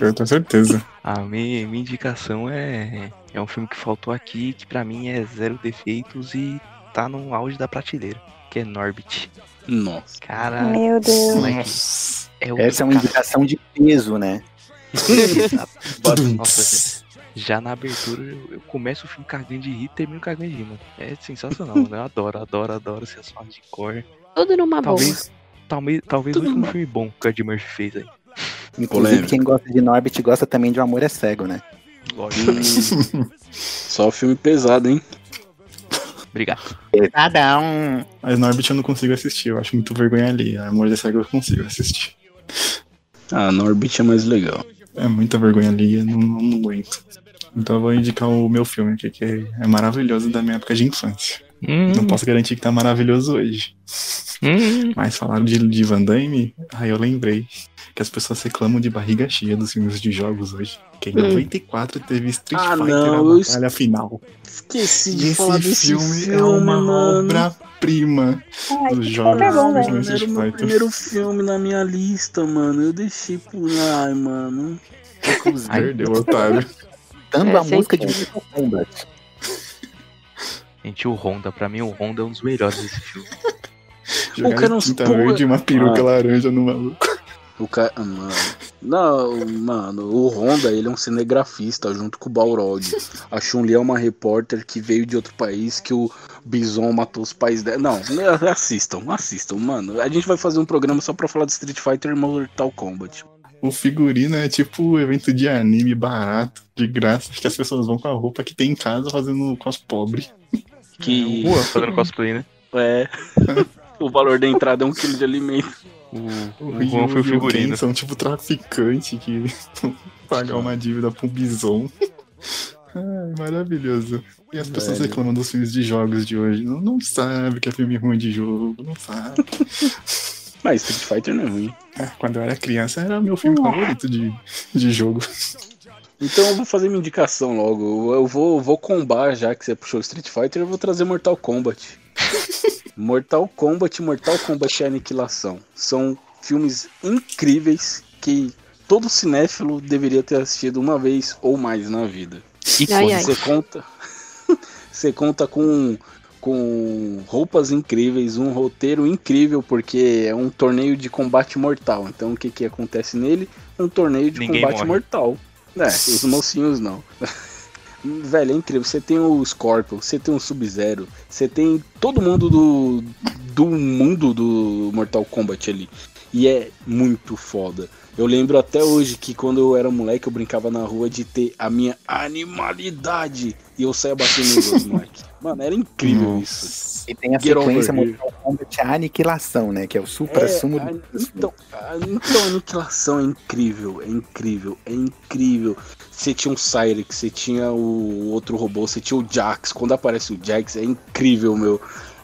Eu tenho certeza. A minha, minha indicação é. É um filme que faltou aqui, que pra mim é zero defeitos e tá no auge da prateleira. Que é Norbit. Nossa. Cara, Meu Deus. moleque, é o Essa é uma cara- indicação de peso, né? Nossa, Já na abertura eu, eu começo o filme cagando de rir e termino cagando de rir, mano. É sensacional, mano. Eu adoro, adoro, adoro essas falas de cor. Tudo Tá numa boa. Talvez, talvez, talvez o último filme bom que o Ed Murphy fez aí. Inclusive, Polêmico. quem gosta de Norbit gosta também de O Amor é Cego, né? Lógico, né? Hum. Só filme pesado, hein? Obrigado. Cada um. Mas Norbit eu não consigo assistir, eu acho muito vergonha ali. A Amor da Cega eu consigo assistir. Ah, Norbit é mais legal. É muita vergonha ali, eu não, não aguento. Então eu vou indicar o meu filme aqui, que é maravilhoso da minha época de infância. Hum. Hum. Não posso garantir que tá maravilhoso hoje. Mas falaram de, de Van Damme, aí eu lembrei que as pessoas reclamam de barriga cheia dos filmes de jogos hoje. Que em Hum. 94 teve Street Ah, Fighter, não, a eu batalha final. Esqueci E esse filme, é uma obra-prima Ai, dos que jogos. Tá filme é bom, dos né? velho. filmes Era o meu de Street Fighter. primeiro filme na minha lista, mano. Eu deixei por. Ai, mano. Ai. Perdeu, otário. Dando É, a sem música de como. Mortal Kombat. Gente, o Honda, pra mim o Honda é um dos melhores desse filme. cara Ah. é um Jogaram tinta porra. verde e uma peruca laranja no maluco. O cara. Mano. Não, mano, o Honda, ele é um cinegrafista junto com o Balrog. A Chun-Li é uma repórter que veio de outro país que o Bison matou os pais dela. Não, assistam, assistam, mano. A gente vai fazer um programa só pra falar de Street Fighter e Mortal Kombat. O figurino é tipo evento de anime barato, de graça, que as pessoas vão com a roupa que tem em casa fazendo cosplay pobre. Que. Rua fazendo cosplay, né? É. o valor da entrada é um quilo de alimento. O, O o Ryu Juan foi o e Ken figurino. são tipo traficante que pagar uma dívida pra um bison. Ai, maravilhoso. E as pessoas Velho. reclamam dos filmes de jogos de hoje. Não, não sabe que é filme ruim de jogo, não sabe. Mas Street Fighter não é ruim. Ah, Quando eu era criança, era meu filme favorito de, de jogo. Então eu vou fazer minha indicação logo. Eu- Eu vou, eu vou combar, já que você puxou Street Fighter, eu vou trazer Mortal Kombat. Mortal Kombat, Mortal Kombat e Aniquilação. São filmes incríveis que todo cinéfilo deveria ter assistido uma vez ou mais na vida. E Ai, ai. Você conta. você conta com, com roupas incríveis, um roteiro incrível, porque é um torneio de combate mortal. Então o que, que acontece nele? Um torneio de Ninguém combate morre. mortal. É, os mocinhos não. Velho, é incrível. Você tem o Scorpion, você tem o Sub-Zero, você tem todo mundo do, do mundo do Mortal Kombat ali. E é muito foda. Eu lembro até hoje que quando eu era moleque, eu brincava na rua de ter a minha animalidade. E eu saia batendo nos outros, moleque. Mano, era incrível isso. E tem a Get over sequência here. Mortal Kombat a Aniquilação, né? Que é o supra-sumo É, do. a- então, a, então, a aniquilação é incrível, é incrível, é incrível. Você tinha um Cyrix, você tinha o outro robô, você tinha o Jax. Quando aparece o Jax, é incrível, meu.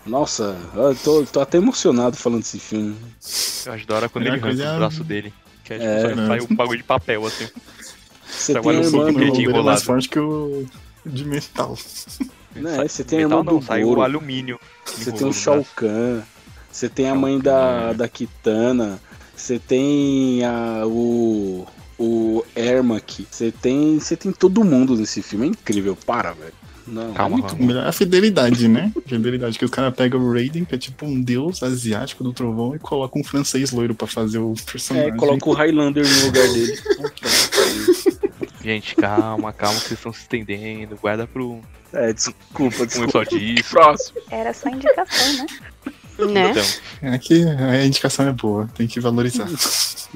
Nossa, eu tô, tô até emocionado falando desse filme. Eu acho da hora quando Melhor ele arranca coisa né? é- o braço dele. Que é tipo, É. só sai um bagulho de papel, assim. Você tem Trabalha a um irmã pouco do, de Ele é mais enrolado. forte que o de metal. Né, Sai- você tem a metal irmã não, do sai Goro. o alumínio. que Você enrolou tem um o no Shao braço. Kahn, você tem a né? Shao mãe da, Kahn. é. da Kitana, você tem a, o, o Ermac, você tem, você tem todo mundo nesse filme, é incrível, para, velho. Não, Calma, é muito calma. Melhor é a fidelidade, né? A fidelidade que os caras pegam o Raiden, que é tipo um deus asiático do trovão, e coloca um francês loiro pra fazer o É, personagem. coloca o Highlander no lugar dele. Gente, calma, calma, que vocês estão se estendendo. Guarda pro É, desculpa, um desculpa. episódio disso. Próximo. Era só indicação, né? Né? Então, É que a indicação é boa, tem que valorizar.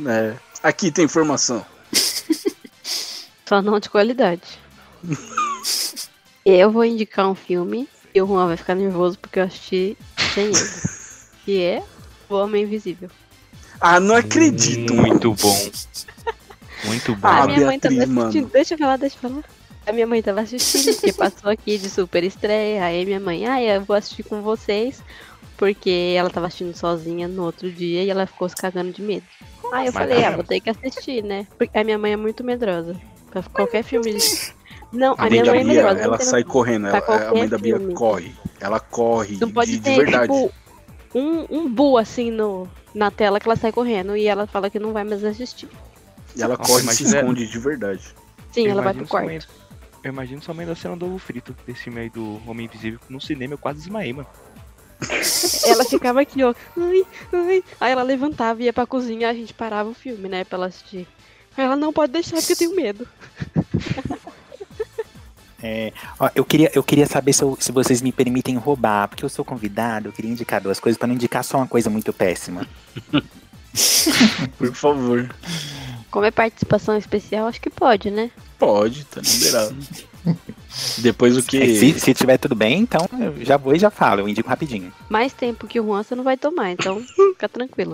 É. Aqui tem informação. Só não de qualidade. eu vou indicar um filme e o Juan vai ficar nervoso porque eu assisti sem ele. Que é O Homem Invisível. Ah, não acredito. muito bom. Muito bom. Ah, a minha mãe tava Beatriz, assistindo. mano. Deixa eu falar, deixa eu falar. A minha mãe tava assistindo, porque passou aqui de super estreia. Aí minha mãe, ah, eu vou assistir com vocês. Porque ela tava assistindo sozinha no outro dia e ela ficou se cagando de medo. Aí eu Mas falei, tá ah, vou ter que assistir, né? Porque a minha mãe é muito medrosa. Pra qualquer filme. de- Não, a, A mãe minha da mãe é Bia, medrosa. não ela tem sai correndo. Pra ela- a mãe qualquer da Bia filme. corre. Ela corre Não pode de, de ter, verdade. tipo, um, um bu assim no, na tela que ela sai correndo e ela fala que não vai mais assistir. E ela Nossa, corre e se imagina- esconde de verdade. Sim, Eu ela vai pro imagino sua quarto. mãe- Eu imagino sua mãe da cena do ovo frito, desse filme aí do Homem Invisível, que no cinema eu quase desmaiei, mano. Ela ficava aqui, ó. Ai, ai. Aí ela levantava, ia pra cozinha, a gente parava o filme, né, pra ela assistir. Aí ela não pode deixar porque eu tenho medo. É, ó, eu, queria, eu queria saber se, eu- se vocês me permitem roubar, porque eu sou convidado, eu queria indicar duas coisas pra não indicar só uma coisa muito péssima. Por favor. Como é participação especial, acho que pode, né? Pode, tá liberado. Depois o que. É, se, se tiver tudo bem, então eu já vou e já falo, eu indico rapidinho. Mais tempo que o Juan você não vai tomar, então fica tranquilo.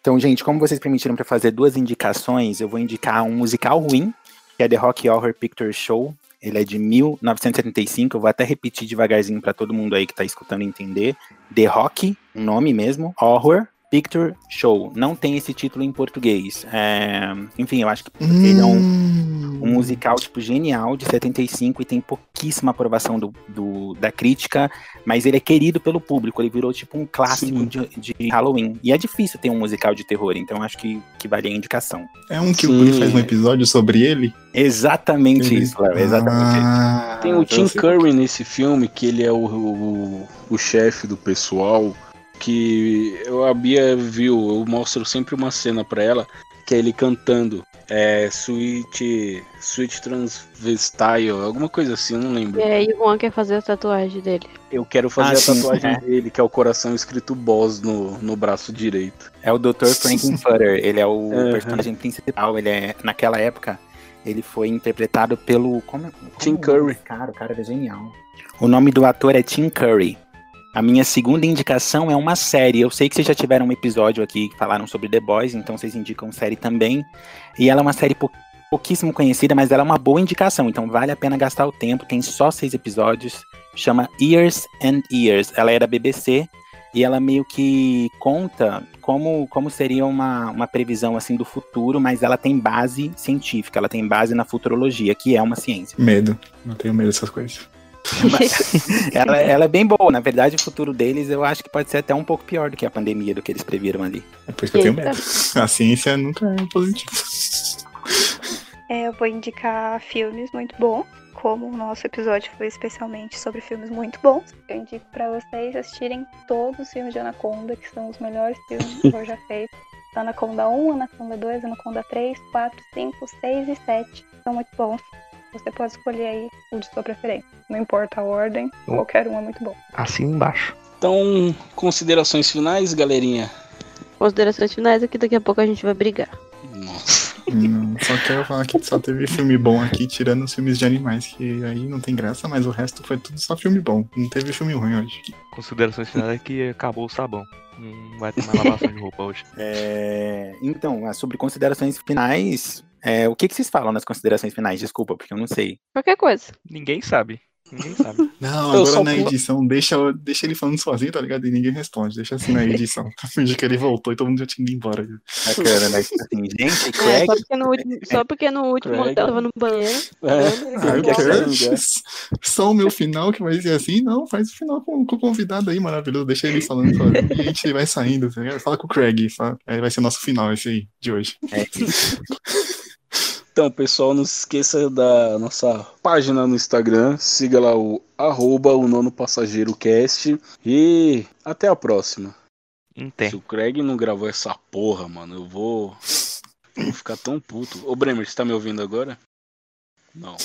Então, gente, como vocês permitiram pra fazer duas indicações, eu vou indicar um musical ruim, que é The Rock Horror Picture Show. Ele é de 1975, eu vou até repetir devagarzinho pra todo mundo aí que tá escutando entender. The Rock, um nome mesmo, Horror Picture Show. Não tem esse título em português. É, Enfim, eu acho que ele é um um Hum, musical, tipo, genial, de 75, e tem pouquíssima aprovação do, do- da crítica, mas ele é querido pelo público, ele virou, tipo, um clássico Sim. de, de Halloween. E é difícil ter um musical de terror, então acho que, que vale a indicação. É um que o Guri faz um episódio sobre ele? Exatamente isso, Léo, exatamente isso. Ah, Tem o Tim eu sei. é Curry nesse filme, que ele é o, o, o chefe do pessoal. que eu- a Bia viu, eu mostro sempre uma cena pra ela, que é ele cantando. É Sweet. Sweet Transvestile, alguma coisa assim, eu não lembro. É, e o Juan quer fazer a tatuagem dele. Eu quero fazer Ah, a sim, tatuagem é. dele, que é o coração escrito boss no, no braço direito. É o Dr. Franklin Futter, ele é o Uhum. personagem principal, ele é, naquela época, ele foi interpretado pelo... Como, é- como Tim é o nome Curry. desse Cara, o cara era genial. O nome do ator é Tim Curry. A minha segunda indicação é uma série. Eu sei que vocês já tiveram um episódio aqui que falaram sobre The Boys, então vocês indicam série também. E ela é uma série pou- pouquíssimo conhecida, mas ela é uma boa indicação, então vale a pena gastar o tempo. Tem só seis episódios, chama Years and Years. Ela é da BBC e ela meio que conta como, como seria uma, uma previsão assim do futuro, mas ela tem base científica, ela tem base na futurologia, que é uma ciência. Medo. Não tenho medo dessas coisas. Ela, ela é bem boa. Na verdade, o futuro deles eu acho que pode ser até um pouco pior do que a pandemia do que eles previram ali. É por isso que eu tenho Eita. medo. A ciência nunca é positiva. É, eu vou indicar filmes muito bons. Como o nosso episódio foi especialmente sobre filmes muito bons, eu indico pra vocês assistirem todos os filmes de Anaconda, que são os melhores filmes que eu já feito. Anaconda 1, Anaconda 2, Anaconda 3, 4, 5, 6 e 7 são muito bons. Você pode escolher aí o de sua preferência. Não importa a ordem, Bom. qualquer um é muito bom. Assim embaixo. Então, considerações finais, galerinha? Considerações finais é que daqui a pouco a gente vai brigar. Nossa. Não, só quero falar que só teve filme bom aqui, tirando os filmes de animais, que aí não tem graça, mas o resto foi tudo só filme bom. Não teve filme ruim hoje. Considerações finais é que acabou o sabão. Não vai ter mais lavação de roupa hoje. É, então, ah, sobre considerações finais, é, o que, que vocês falam nas considerações finais? Desculpa, porque eu não sei. Qualquer coisa. Ninguém sabe. Ninguém sabe. Não, Eu agora só na pulo- edição, deixa, deixa ele falando sozinho, tá ligado? E ninguém responde, deixa assim na edição. Pra fingir que ele voltou e todo mundo já tinha ido embora. já. Bacana, né? Tipo assim, gente, É, Craig, só porque no último, só porque no último Craig. eu tava no banheiro. Ah, É, Ninguém quer quero- brigar. Só o meu final que vai ser assim? Não, faz o final com, com o convidado aí, maravilhoso. Deixa ele falando sozinho e a gente vai saindo. tá ligado? Fala com o Craig, fala- é, vai ser nosso final esse aí, de hoje. Então, pessoal, não se esqueça da nossa página no Instagram. Siga lá o arroba o nono passageiro cast. E até a próxima. Se Interno. o Craig não gravou essa porra, mano, eu vou, vou ficar tão puto. Ô Bremer, você tá me ouvindo agora? Não.